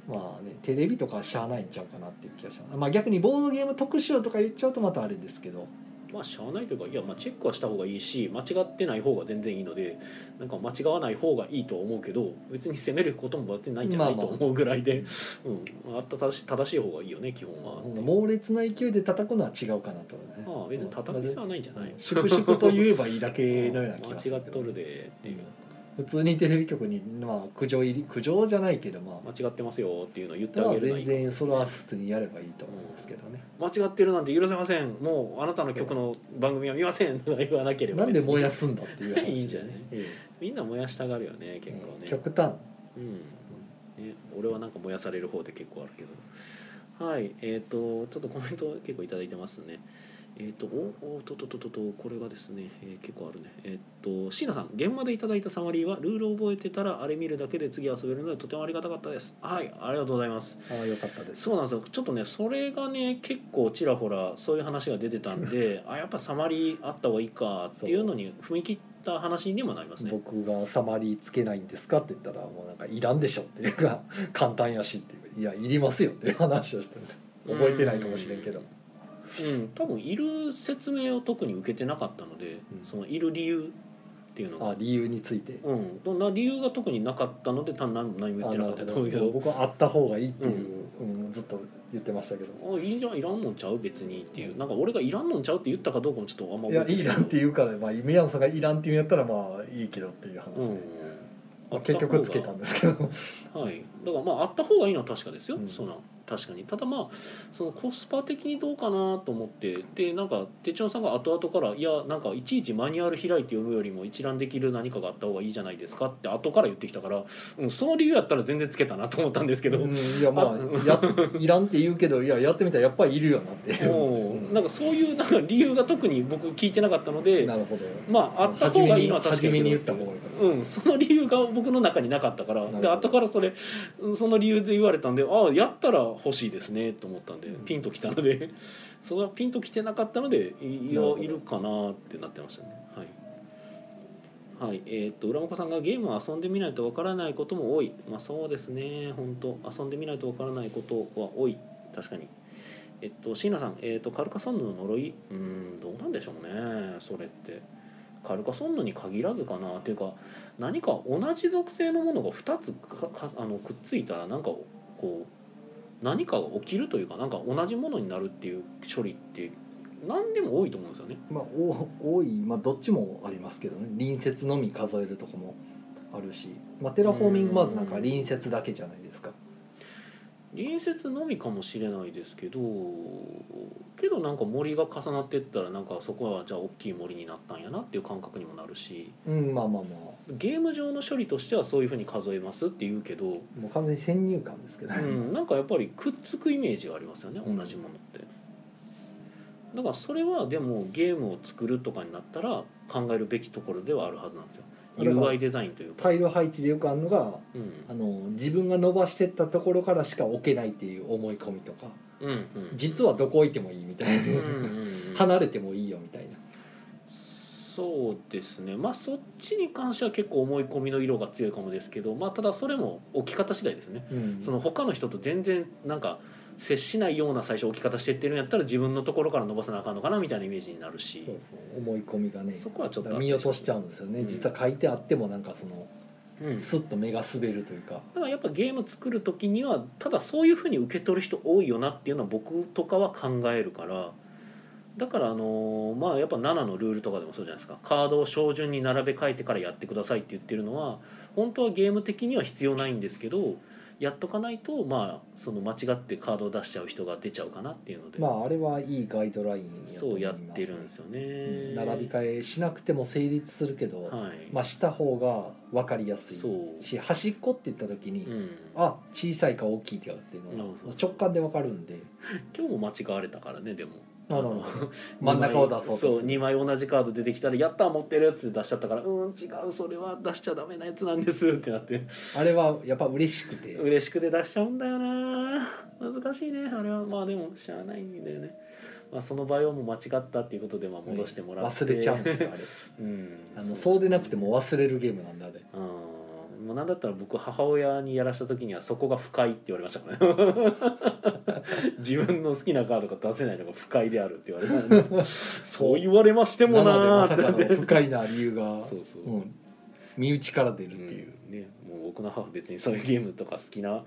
Speaker 2: まあねテレビとかはしゃあないんちゃうかなっていう気がします、まあ、逆にボードゲーム特集とか言っちゃうとまたあれですけど
Speaker 1: まあしゃあないというかいやまあチェックはした方がいいし間違ってない方が全然いいのでなんか間違わない方がいいとは思うけど別に責めることも別にないんじゃない
Speaker 2: ま
Speaker 1: と
Speaker 2: あまあ
Speaker 1: 思うぐらいで、うん、あった正し正しい方がいいよね基本は。
Speaker 2: 猛烈な勢いで叩くのは違うかなとね
Speaker 1: まあ別に叩く必要はないんじゃない、
Speaker 2: 粛々と言えばいいだけのような気がす
Speaker 1: 間違っとるでっていう
Speaker 2: 普通にテレビ局に、まあ、苦情入り苦情じゃないけどまあ、
Speaker 1: 間違ってますよっていうのを言ってあ
Speaker 2: まあ
Speaker 1: げるのはい
Speaker 2: 全
Speaker 1: いかも
Speaker 2: 然それは普通にやればいいと思うんですけどね、
Speaker 1: 間違ってるなんて許せませんもうあなたの曲の番組は見ませんとか言わなければ
Speaker 2: なんで
Speaker 1: 別に
Speaker 2: 燃やすんだっていう話
Speaker 1: [LAUGHS] いいんじゃない
Speaker 2: ええ
Speaker 1: みんな燃やしたがるよね結構ね
Speaker 2: 極端
Speaker 1: うんね、俺はなんか燃やされる方で結構あるけどはいえっ、とちょっとコメント結構頂いただいてますねえっ、とおおとととととこれがですね、えー結構あるねえっ、と椎名さん現場でいただいたサマリーはルールを覚えてたらあれ見るだけで次遊べるのでとてもありがたかったですはいありがとうございます
Speaker 2: ああよかったです
Speaker 1: そうなんですよちょっとねそれがね結構ちらほらそういう話が出てたん
Speaker 2: [LAUGHS]
Speaker 1: であやっぱサマリーあった方がいいかっていうのに踏み切った話にもなりますね
Speaker 2: 僕が「サマリーつけないんですか?」って言ったらもうなんか「いらんでしょ」っていうか [LAUGHS] 「簡単やし」っていう「いやいりますよ」っていう話をしてる覚えてないかもしれんけど
Speaker 1: うん、多分いる説明を特に受けてなかったので、
Speaker 2: うん
Speaker 1: そのいる理由っていうの
Speaker 2: あ
Speaker 1: が、
Speaker 2: 理由について
Speaker 1: うん、どんな理由が特になかったので単何何も言
Speaker 2: あ
Speaker 1: ってなかった
Speaker 2: なる
Speaker 1: と
Speaker 2: ほ
Speaker 1: 思うけど
Speaker 2: ど僕はあった方がいいっていう、うんずっと言ってましたけど。
Speaker 1: あいいんじゃんいらんのんちゃう別にっていうなんか俺がいらんのんちゃうって言ったかどうかもちょっとあんま
Speaker 2: いや
Speaker 1: 覚え
Speaker 2: いらんって言うから、まあ、宮野さんが「いらん」って言うんやったらまあいいけどっていう話で、
Speaker 1: うん
Speaker 2: まあ結局つけたんですけど
Speaker 1: はいだからまああった方がいいのは確かですよ、
Speaker 2: うん
Speaker 1: その確かにただまあそのコスパ的にどうかなと思ってでなんか手帳さんが後々から「いやなんかいちいちマニュアル開いて読むよりも一覧できる何かがあった方がいいじゃないですか」って後から言ってきたから、うん、その理由やったら全然つけたなと思ったんですけど、
Speaker 2: うん、いやまあやいらんって言うけどいややってみたらやっぱりいるよなっていう、
Speaker 1: も
Speaker 2: う
Speaker 1: うんなんかそういうなんか理由が特に僕聞いてなかったので
Speaker 2: なるほど
Speaker 1: まああった方がいいのは確かに
Speaker 2: 初めに初めに言った方がいいかな
Speaker 1: うん、その理由が僕の中になかったから
Speaker 2: るほど
Speaker 1: で後からそれうんその理由で言われたんでああやったら欲しいですねと思ったんで
Speaker 2: うん
Speaker 1: ピンときたのでそれはピンときてなかったのでいいや
Speaker 2: なるほど
Speaker 1: いるかなってなってましたねはい。はいえーっと浦本さんがゲームは遊んでみないとわからないことも多いまあそうですね本当遊んでみないとわからないことは多い確かにえっと椎名さん、えっと、カルカソンヌの呪いうーんどうなんでしょうねそれってカルカソンヌに限らずかなっていうか何か同じ属性のものが2つかかあのくっついたらなんかこう何かが起きるというかなんか同じものになるっていう処理って何でも多いと思うんですよね。
Speaker 2: まあお多いまあどっちもありますけどね隣接のみ数えるとこもあるし、まあ、テラフォーミングまずなんか隣接だけじゃないですか
Speaker 1: 隣接のみかもしれないですけどけどなんか森が重なってったらなんかそこはじゃあ大きい森になったんやなっていう感覚にもなるし
Speaker 2: うんまあまあま
Speaker 1: ゲーム上の処理としてはそういうふうに数えますって言うけど、
Speaker 2: あもう完全に先入観ですけど、
Speaker 1: うん、なんかやっぱりくっつくイメージがありますよね同じものって。だからそれはでもゲームを作るとかになったら考えるべきところではあるはずなんですよ
Speaker 2: だから
Speaker 1: UI デザインというか
Speaker 2: タ。イル配置でよくあるのが
Speaker 1: うん
Speaker 2: あの自分が伸ばしてったところからしか置けないっていう思い込みとか
Speaker 1: うんうん
Speaker 2: 実はどこ置いてもいいみたいな、
Speaker 1: うんうんうん
Speaker 2: 離れてもいいよみたいな
Speaker 1: そうですねまあそっちに関しては結構思い込みの色が強いかもですけどまあただそれも置き方次第ですね、
Speaker 2: うん
Speaker 1: その他の人と全然なんか接しないような最初置き方してってるんやったら自分のところから伸ばさなあかんのかなみたいなイメージになるし
Speaker 2: そうそう思い込みがね
Speaker 1: そこはちょっと
Speaker 2: 見落としちゃうんですよね、
Speaker 1: うん
Speaker 2: 実は書いてあってもなんかその
Speaker 1: うんだ
Speaker 2: スッと目が滑るというか、
Speaker 1: からやっぱゲーム作る時にはただそういうふうに受け取る人多いよなっていうのは僕とかは考えるからだからあのーまあやっぱ7のルールとかでもそうじゃないですかカードを照準に並べ替えてからやってくださいって言ってるのは本当はゲーム的には必要ないんですけどやっとかないとまあその間違ってカードを出しちゃう人が出ちゃうかなっていうので、
Speaker 2: まああれはいいガイドラインと
Speaker 1: そ
Speaker 2: 思
Speaker 1: う
Speaker 2: いま
Speaker 1: や
Speaker 2: す
Speaker 1: ってるんですよ
Speaker 2: うん
Speaker 1: ね。
Speaker 2: 並び替えしなくても成立するけど、
Speaker 1: はい、
Speaker 2: まあした方が分かりやす
Speaker 1: そ、
Speaker 2: いうし端っこって言った時に、
Speaker 1: うん、
Speaker 2: あ小さいか大きいかっていうの
Speaker 1: そ
Speaker 2: は
Speaker 1: うそうそう
Speaker 2: 直感で分かるんで
Speaker 1: 今日も間違われたからねでも。
Speaker 2: あの真ん中を出そうとする
Speaker 1: そう2枚同じカード出てきたら「やったー持ってる」っつって出しちゃったから「うーん違うそれは出しちゃダメなやつなんです」ってなって
Speaker 2: あれはやっぱ嬉しくて
Speaker 1: 嬉しくて出しちゃうんだよなー難しいねあれはまあでもしゃあないんだよね、まあ、その場合はもう間違ったっていうことでまあ戻してもらって、
Speaker 2: 忘れちゃうんですよあれ
Speaker 1: うん
Speaker 2: あのそうでなくても忘れるゲームなんだあれ
Speaker 1: うんもうなんだったら僕母親にやらした時にはそこが不快って言われましたからね [LAUGHS] 自分の好きなカードが出せないのが不快であるって言われたん
Speaker 2: [LAUGHS]
Speaker 1: でそう言われましてもな
Speaker 2: な
Speaker 1: ー
Speaker 2: の
Speaker 1: ってな
Speaker 2: でま
Speaker 1: っ
Speaker 2: さか
Speaker 1: て
Speaker 2: の不快な理由
Speaker 1: [LAUGHS]
Speaker 2: が
Speaker 1: そうそう、
Speaker 2: うん、身内から出るっていう、
Speaker 1: うんね、もう僕の母は別にそういうゲームとか好きな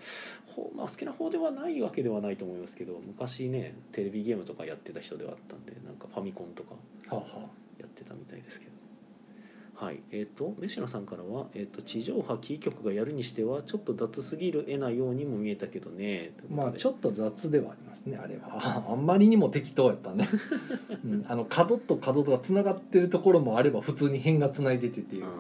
Speaker 1: 方、まあ、好きな方ではないわけではないと思いますけど昔ねテレビゲームとかやってた人ではあったんでなんかファミコンとか
Speaker 2: はあは
Speaker 1: やってたみたいですけど。はい、えっ、と、飯野さんからは、えっ、と、地上波キー局がやるにしては、ちょっと雑すぎる絵なようにも見えたけどね。というこ
Speaker 2: まあ
Speaker 1: とで
Speaker 2: ちょっと雑ではありますねあれは [LAUGHS] あんまりにも適当やった
Speaker 1: [LAUGHS]
Speaker 2: ね、うん、あの角と角とがつながってるところもあれば普通に辺がつないでてっていう、
Speaker 1: あ
Speaker 2: う
Speaker 1: ー
Speaker 2: ん、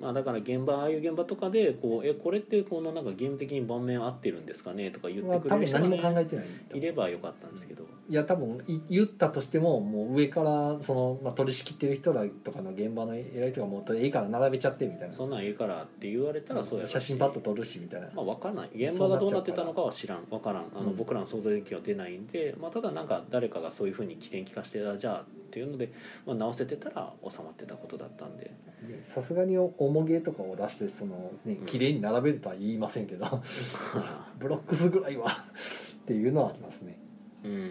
Speaker 1: まあ、だから、現場、ああいう現場とかで、こう、え、これって、このなんかゲーム的に盤面合ってるんですかねとか言っ
Speaker 2: ま
Speaker 1: て
Speaker 2: あ
Speaker 1: く
Speaker 2: 多
Speaker 1: れる
Speaker 2: 分
Speaker 1: 人が、
Speaker 2: 何も考
Speaker 1: ね。
Speaker 2: えてない
Speaker 1: いればよかったんですけど。
Speaker 2: いや多分い言ったとしてももう上からその、まあ、取り仕切ってる人らとかの現場の偉い人がもういいから並べちゃってみたいな
Speaker 1: そんなんええからって言われたら、そうやろうし
Speaker 2: 写真パッと撮るしみたいな、
Speaker 1: まあ、分からない現場がどうなってたのかは知らん分からんあの
Speaker 2: うん
Speaker 1: 僕らの想像力は出ないんで、まあ、ただなんか誰かがそういうふうに起点聞かしてあじゃあっていうので、まあ、直せてたら収まってたことだったん
Speaker 2: [LAUGHS]
Speaker 1: で
Speaker 2: でさすがに重げとかを出してそのね
Speaker 1: うん
Speaker 2: 綺麗に並べるとは言いませんけど、 [LAUGHS] ブロックスぐらいはっていうのはありますね
Speaker 1: うん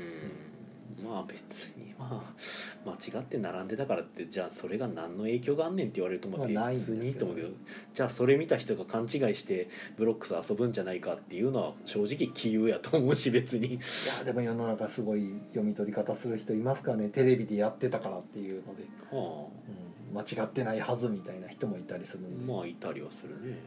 Speaker 1: まあ別にまあ間違って並んでたからってじゃあそれが何の影響があんねんって言われるとま
Speaker 2: まあな
Speaker 1: あ
Speaker 2: いんです
Speaker 1: 別に
Speaker 2: けど
Speaker 1: と思うけどじゃあそれ見た人が勘違いしてブロックス遊ぶんじゃないかっていうのは正直杞憂やと思うし別に
Speaker 2: いやでも世の中すごい読み取り方する人いますからねテレビでやってたからっていうので、
Speaker 1: はあ
Speaker 2: うん、間違ってないはずみたいな人もいたりするんで、
Speaker 1: まあいたりはするね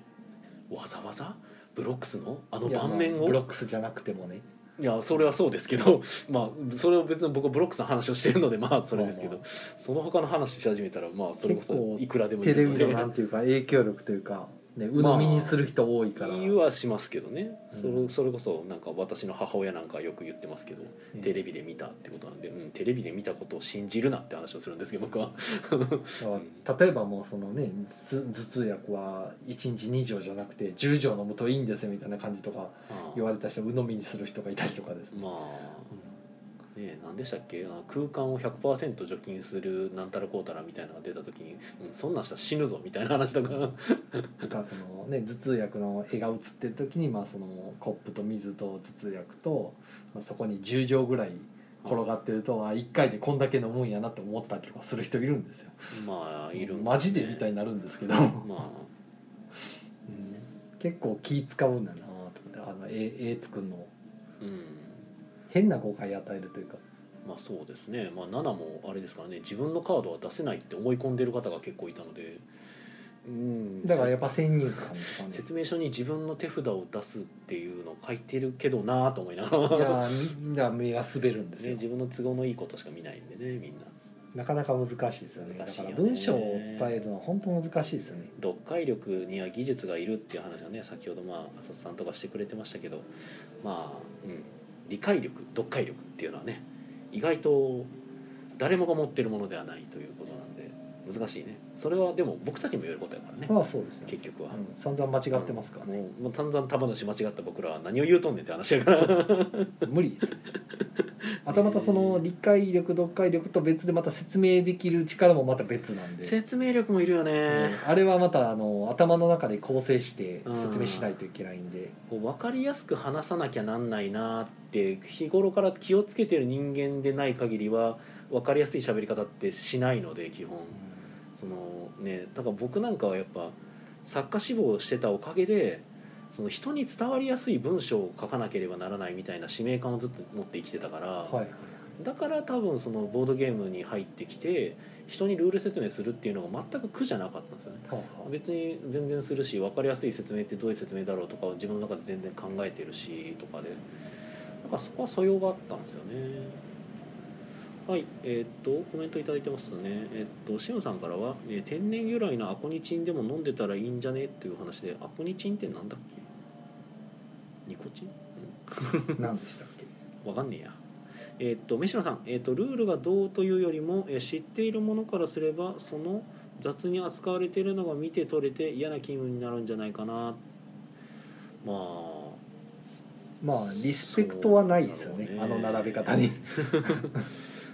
Speaker 1: わざわざブブロックスのあの
Speaker 2: いや
Speaker 1: 盤面
Speaker 2: まあ
Speaker 1: を
Speaker 2: ブロックスじゃなくてもね
Speaker 1: いやそれはそうですけど、 [LAUGHS] まあそれを別に僕はブロックスの話をしてるのでまあそれですけど、
Speaker 2: ま
Speaker 1: その他の話し始めたらまあそれこ
Speaker 2: 結
Speaker 1: そ
Speaker 2: 構
Speaker 1: いくらでもい
Speaker 2: テ
Speaker 1: い
Speaker 2: レ
Speaker 1: の
Speaker 2: ビ
Speaker 1: で
Speaker 2: のなんていうか影響力というか、ね、鵜呑みにする人多いから、
Speaker 1: 言いはしますけどね、
Speaker 2: うん
Speaker 1: それそれこそなんか私の母親なんかよく言ってますけど、テレビで見たってことなんで、うん、テレビで見たことを信じるなって話をするんですけど僕 [LAUGHS] は
Speaker 2: だから例えばもうそのね頭頭痛薬は1日2錠じゃなくて10錠飲むといいんですよみたいな感じとか言われた人鵜呑みにする人がいたりとかですね、
Speaker 1: まあねえ何でしたっけあの空間を100%除菌するなんたらこうたらみたいなのが出た時に、うん、そんなんしたら死ぬぞみたいな話とか
Speaker 2: とかそのね頭痛薬の絵が写ってる時にまあそのコップと水と頭痛薬と、まあ、そこに10錠ぐらい [LAUGHS] 転がってるとあ1回でこんだけ飲むんやなって思ったりとかする人いるんですよ。
Speaker 1: まあいるんすね
Speaker 2: マジでみたいになるんですけど、
Speaker 1: ま
Speaker 2: うん結構気使うんだなと思ってあの絵絵作るの
Speaker 1: あうん
Speaker 2: 変な誤解与えるというか。
Speaker 1: まあそうですねまあ7もあれですからね自分のカードは出せないって思い込んでる方が結構いたのでうん
Speaker 2: だからやっぱ先入観とかね
Speaker 1: 説明書に自分の手札を出すっていうのを書いてるけどなぁと思いながら、
Speaker 2: いやーみんな目が滑るんです
Speaker 1: ね、
Speaker 2: よ、
Speaker 1: 自分の都合のいいことしか見ないんでねみんな
Speaker 2: なかなか難しいですよね
Speaker 1: 難しいよね
Speaker 2: だから文章を伝えるのは本当難しいですよね
Speaker 1: 読解力には技術がいるっていう話はね先ほどまあ浅田さんとかしてくれてましたけどまあ、うん、理解力読解力っていうのはね意外と誰もが持ってるものではないということなんで難しいねそれはでも僕たちにも言えることやからね
Speaker 2: まあそうですね
Speaker 1: 結局は。
Speaker 2: うん、散々間違ってますからね、
Speaker 1: もうもう散々束のし間違った僕らは何を言うとんねんって話やから
Speaker 2: 無理です [LAUGHS] あとまたその理解力読解力と別でまた説明できる力もまた別なんで、
Speaker 1: [LAUGHS] 説明力もいるよね、
Speaker 2: うんあれはまたあの頭の中で構成して説明しないといけないんで、
Speaker 1: こう分かりやすく話さなきゃなんないなって日頃から気をつけてる人間でない限りは分かりやすい喋り方ってしないので基本そのねだから僕なんかはやっぱ作家志望してたおかげでその人に伝わりやすい文章を書かなければならないみたいな使命感をずっと持って生きてたから、
Speaker 2: はい
Speaker 1: だから多分そのボードゲームに入ってきて人にルール説明するっていうのが全く苦じゃなかったんですよね。
Speaker 2: はあはあ
Speaker 1: 別に全然するし分かりやすい説明ってどういう説明だろうとかを自分の中で全然考えてるしとかでなんかそこは素養があったんですよねはいえーっとコメント頂いただいてますねえーっとシムさんからは、えー天然由来のアコニチンでも飲んでたらいいんじゃね?」っていう話でアコニチンってなんだっけニコチン
Speaker 2: 何でしたっけ
Speaker 1: わかんねえや。えーっと飯野さん、えーっとルールがどうというよりも、えー知っているものからすればその雑に扱われているのが見て取れて嫌な気分になるんじゃないかなまあ
Speaker 2: まあリスペクトはないですよね
Speaker 1: そうだ
Speaker 2: あ
Speaker 1: ろう
Speaker 2: の
Speaker 1: ね
Speaker 2: 並べ方
Speaker 1: [LAUGHS]
Speaker 2: に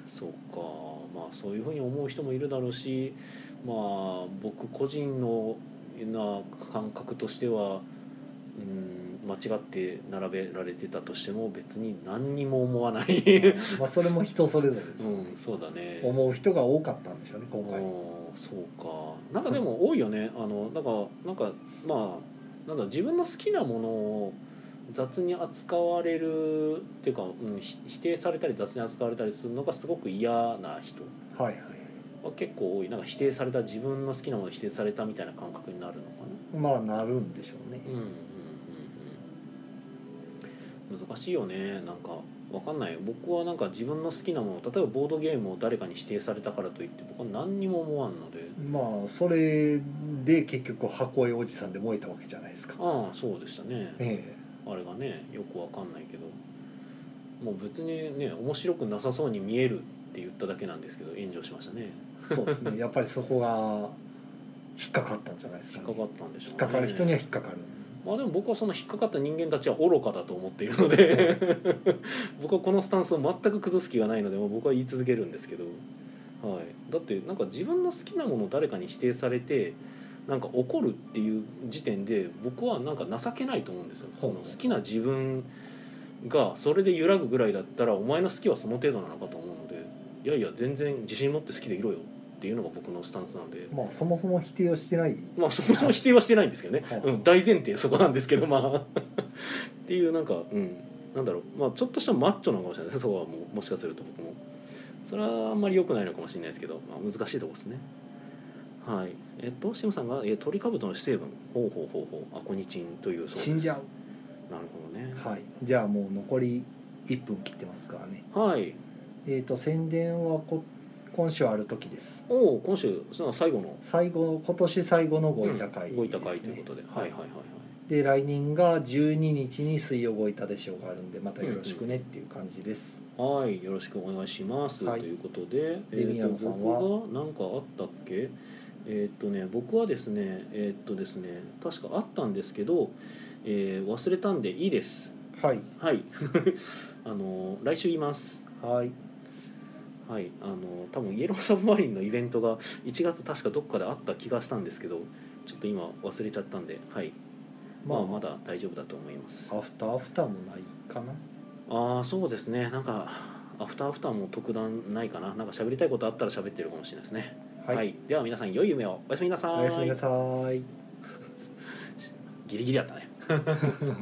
Speaker 1: そうかまあそういうふうに思う人もいるだろうしまあ僕個人のな感覚としてはうん間違って並べられてたとしても別に何にも思わない [LAUGHS]
Speaker 2: まあそれも人それぞれです、
Speaker 1: うんそうだね
Speaker 2: 思う人が多かったんでしょうね今回、
Speaker 1: おーそうかなんかでも多いよねあのなんかなんかまあなんだ自分の好きなものを雑に扱われるっていうか、うん、ひ否定されたり雑に扱われたりするのがすごく嫌な人
Speaker 2: はいは
Speaker 1: は結構多いなんか否定された自分の好きなものを否定されたみたいな感覚になるのかない
Speaker 2: まあなるんでしょうね、
Speaker 1: うんうんうんうん難しいよねなんかわかんない僕はなんか自分の好きなもの例えばボードゲームを誰かに否定されたからといって僕は何にも思わんので。
Speaker 2: まあそれで結局箱絵おじさんで燃えたわけじゃないですか、
Speaker 1: ああそうでしたね
Speaker 2: え
Speaker 1: あれがねよくわかんないけどもう別にね面白くなさそうに見えるって言っただけなんですけど炎上しましたね
Speaker 2: えそうです
Speaker 1: [LAUGHS]
Speaker 2: ねやっぱりそこが引っかかったんじゃないですか、
Speaker 1: 引っ
Speaker 2: ね、
Speaker 1: かかったんでしょう
Speaker 2: 引っ
Speaker 1: ね
Speaker 2: かかる人には引っかかる、
Speaker 1: まあでも僕はその引っかかった人間たちは愚かだと思っているので
Speaker 2: [LAUGHS]
Speaker 1: 僕はこのスタンスを全く崩す気がないのでもう僕は言い続けるんですけど、はい、だってなんか自分の好きなものを誰かに否定されてなんか怒るっていう時点で僕はなんか情けないと思うんですよ。そ
Speaker 2: ほう
Speaker 1: の好きな自分がそれで揺らぐぐらいだったらお前の好きはその程度なのかと思うのでいやいや全然自信持って好きでいろよっていうのが僕のスタンスなので。
Speaker 2: まあそもそも否定をしてない
Speaker 1: まあそもそも否定はしてないんですけどね、
Speaker 2: はい
Speaker 1: うん、大前提そこなんですけどまあ [LAUGHS] っていうなんか、うん、なんだろう、まあ、ちょっとしたマッチョなのかもしれないですそこはもうもしかすると僕もそれはあんまり良くないのかもしれないですけど、まあ、難しいところですね。はいえっとシムさんが、えー、トリカブトの主成分ほうほうほうほうアコニチンというそうです
Speaker 2: 死んじゃう
Speaker 1: なるほどね
Speaker 2: はいじゃあもう残り1分切ってますからね
Speaker 1: はい、
Speaker 2: えっ、と宣伝はこ今週ある時です
Speaker 1: おお今週その最後の
Speaker 2: 最後今年最後のごいた会
Speaker 1: ごいた会ということで、はいはいはいはい
Speaker 2: で来年が12日に水曜ごいたでしょうがあるんでまたよろしくねっていう感じです、
Speaker 1: はい、よろしくお願いします、
Speaker 2: はい
Speaker 1: ということで、え
Speaker 2: で
Speaker 1: ー、
Speaker 2: 宮
Speaker 1: と
Speaker 2: 野さん
Speaker 1: 僕
Speaker 2: は
Speaker 1: が何かあったっけえーっとね僕はですねえーっとですね確かあったんですけど、えー忘れたんでいいです
Speaker 2: はい
Speaker 1: はい [LAUGHS] あの来週言います
Speaker 2: はい
Speaker 1: はいあの多分イエローサブマリンのイベントが1月確かどっかであった気がしたんですけどちょっと今忘れちゃったんではいま
Speaker 2: ま
Speaker 1: あ
Speaker 2: あ、
Speaker 1: まだ大丈夫だと思います
Speaker 2: アフターアフターもないかな
Speaker 1: ああそうですねなんかアフターアフターも特段ないかななんか喋りたいことあったら喋ってるかもしれないですねはい、では皆さん良い夢をおやすみなさ
Speaker 2: おやすみ
Speaker 1: い
Speaker 2: なさい
Speaker 1: ギリギリだったね
Speaker 2: は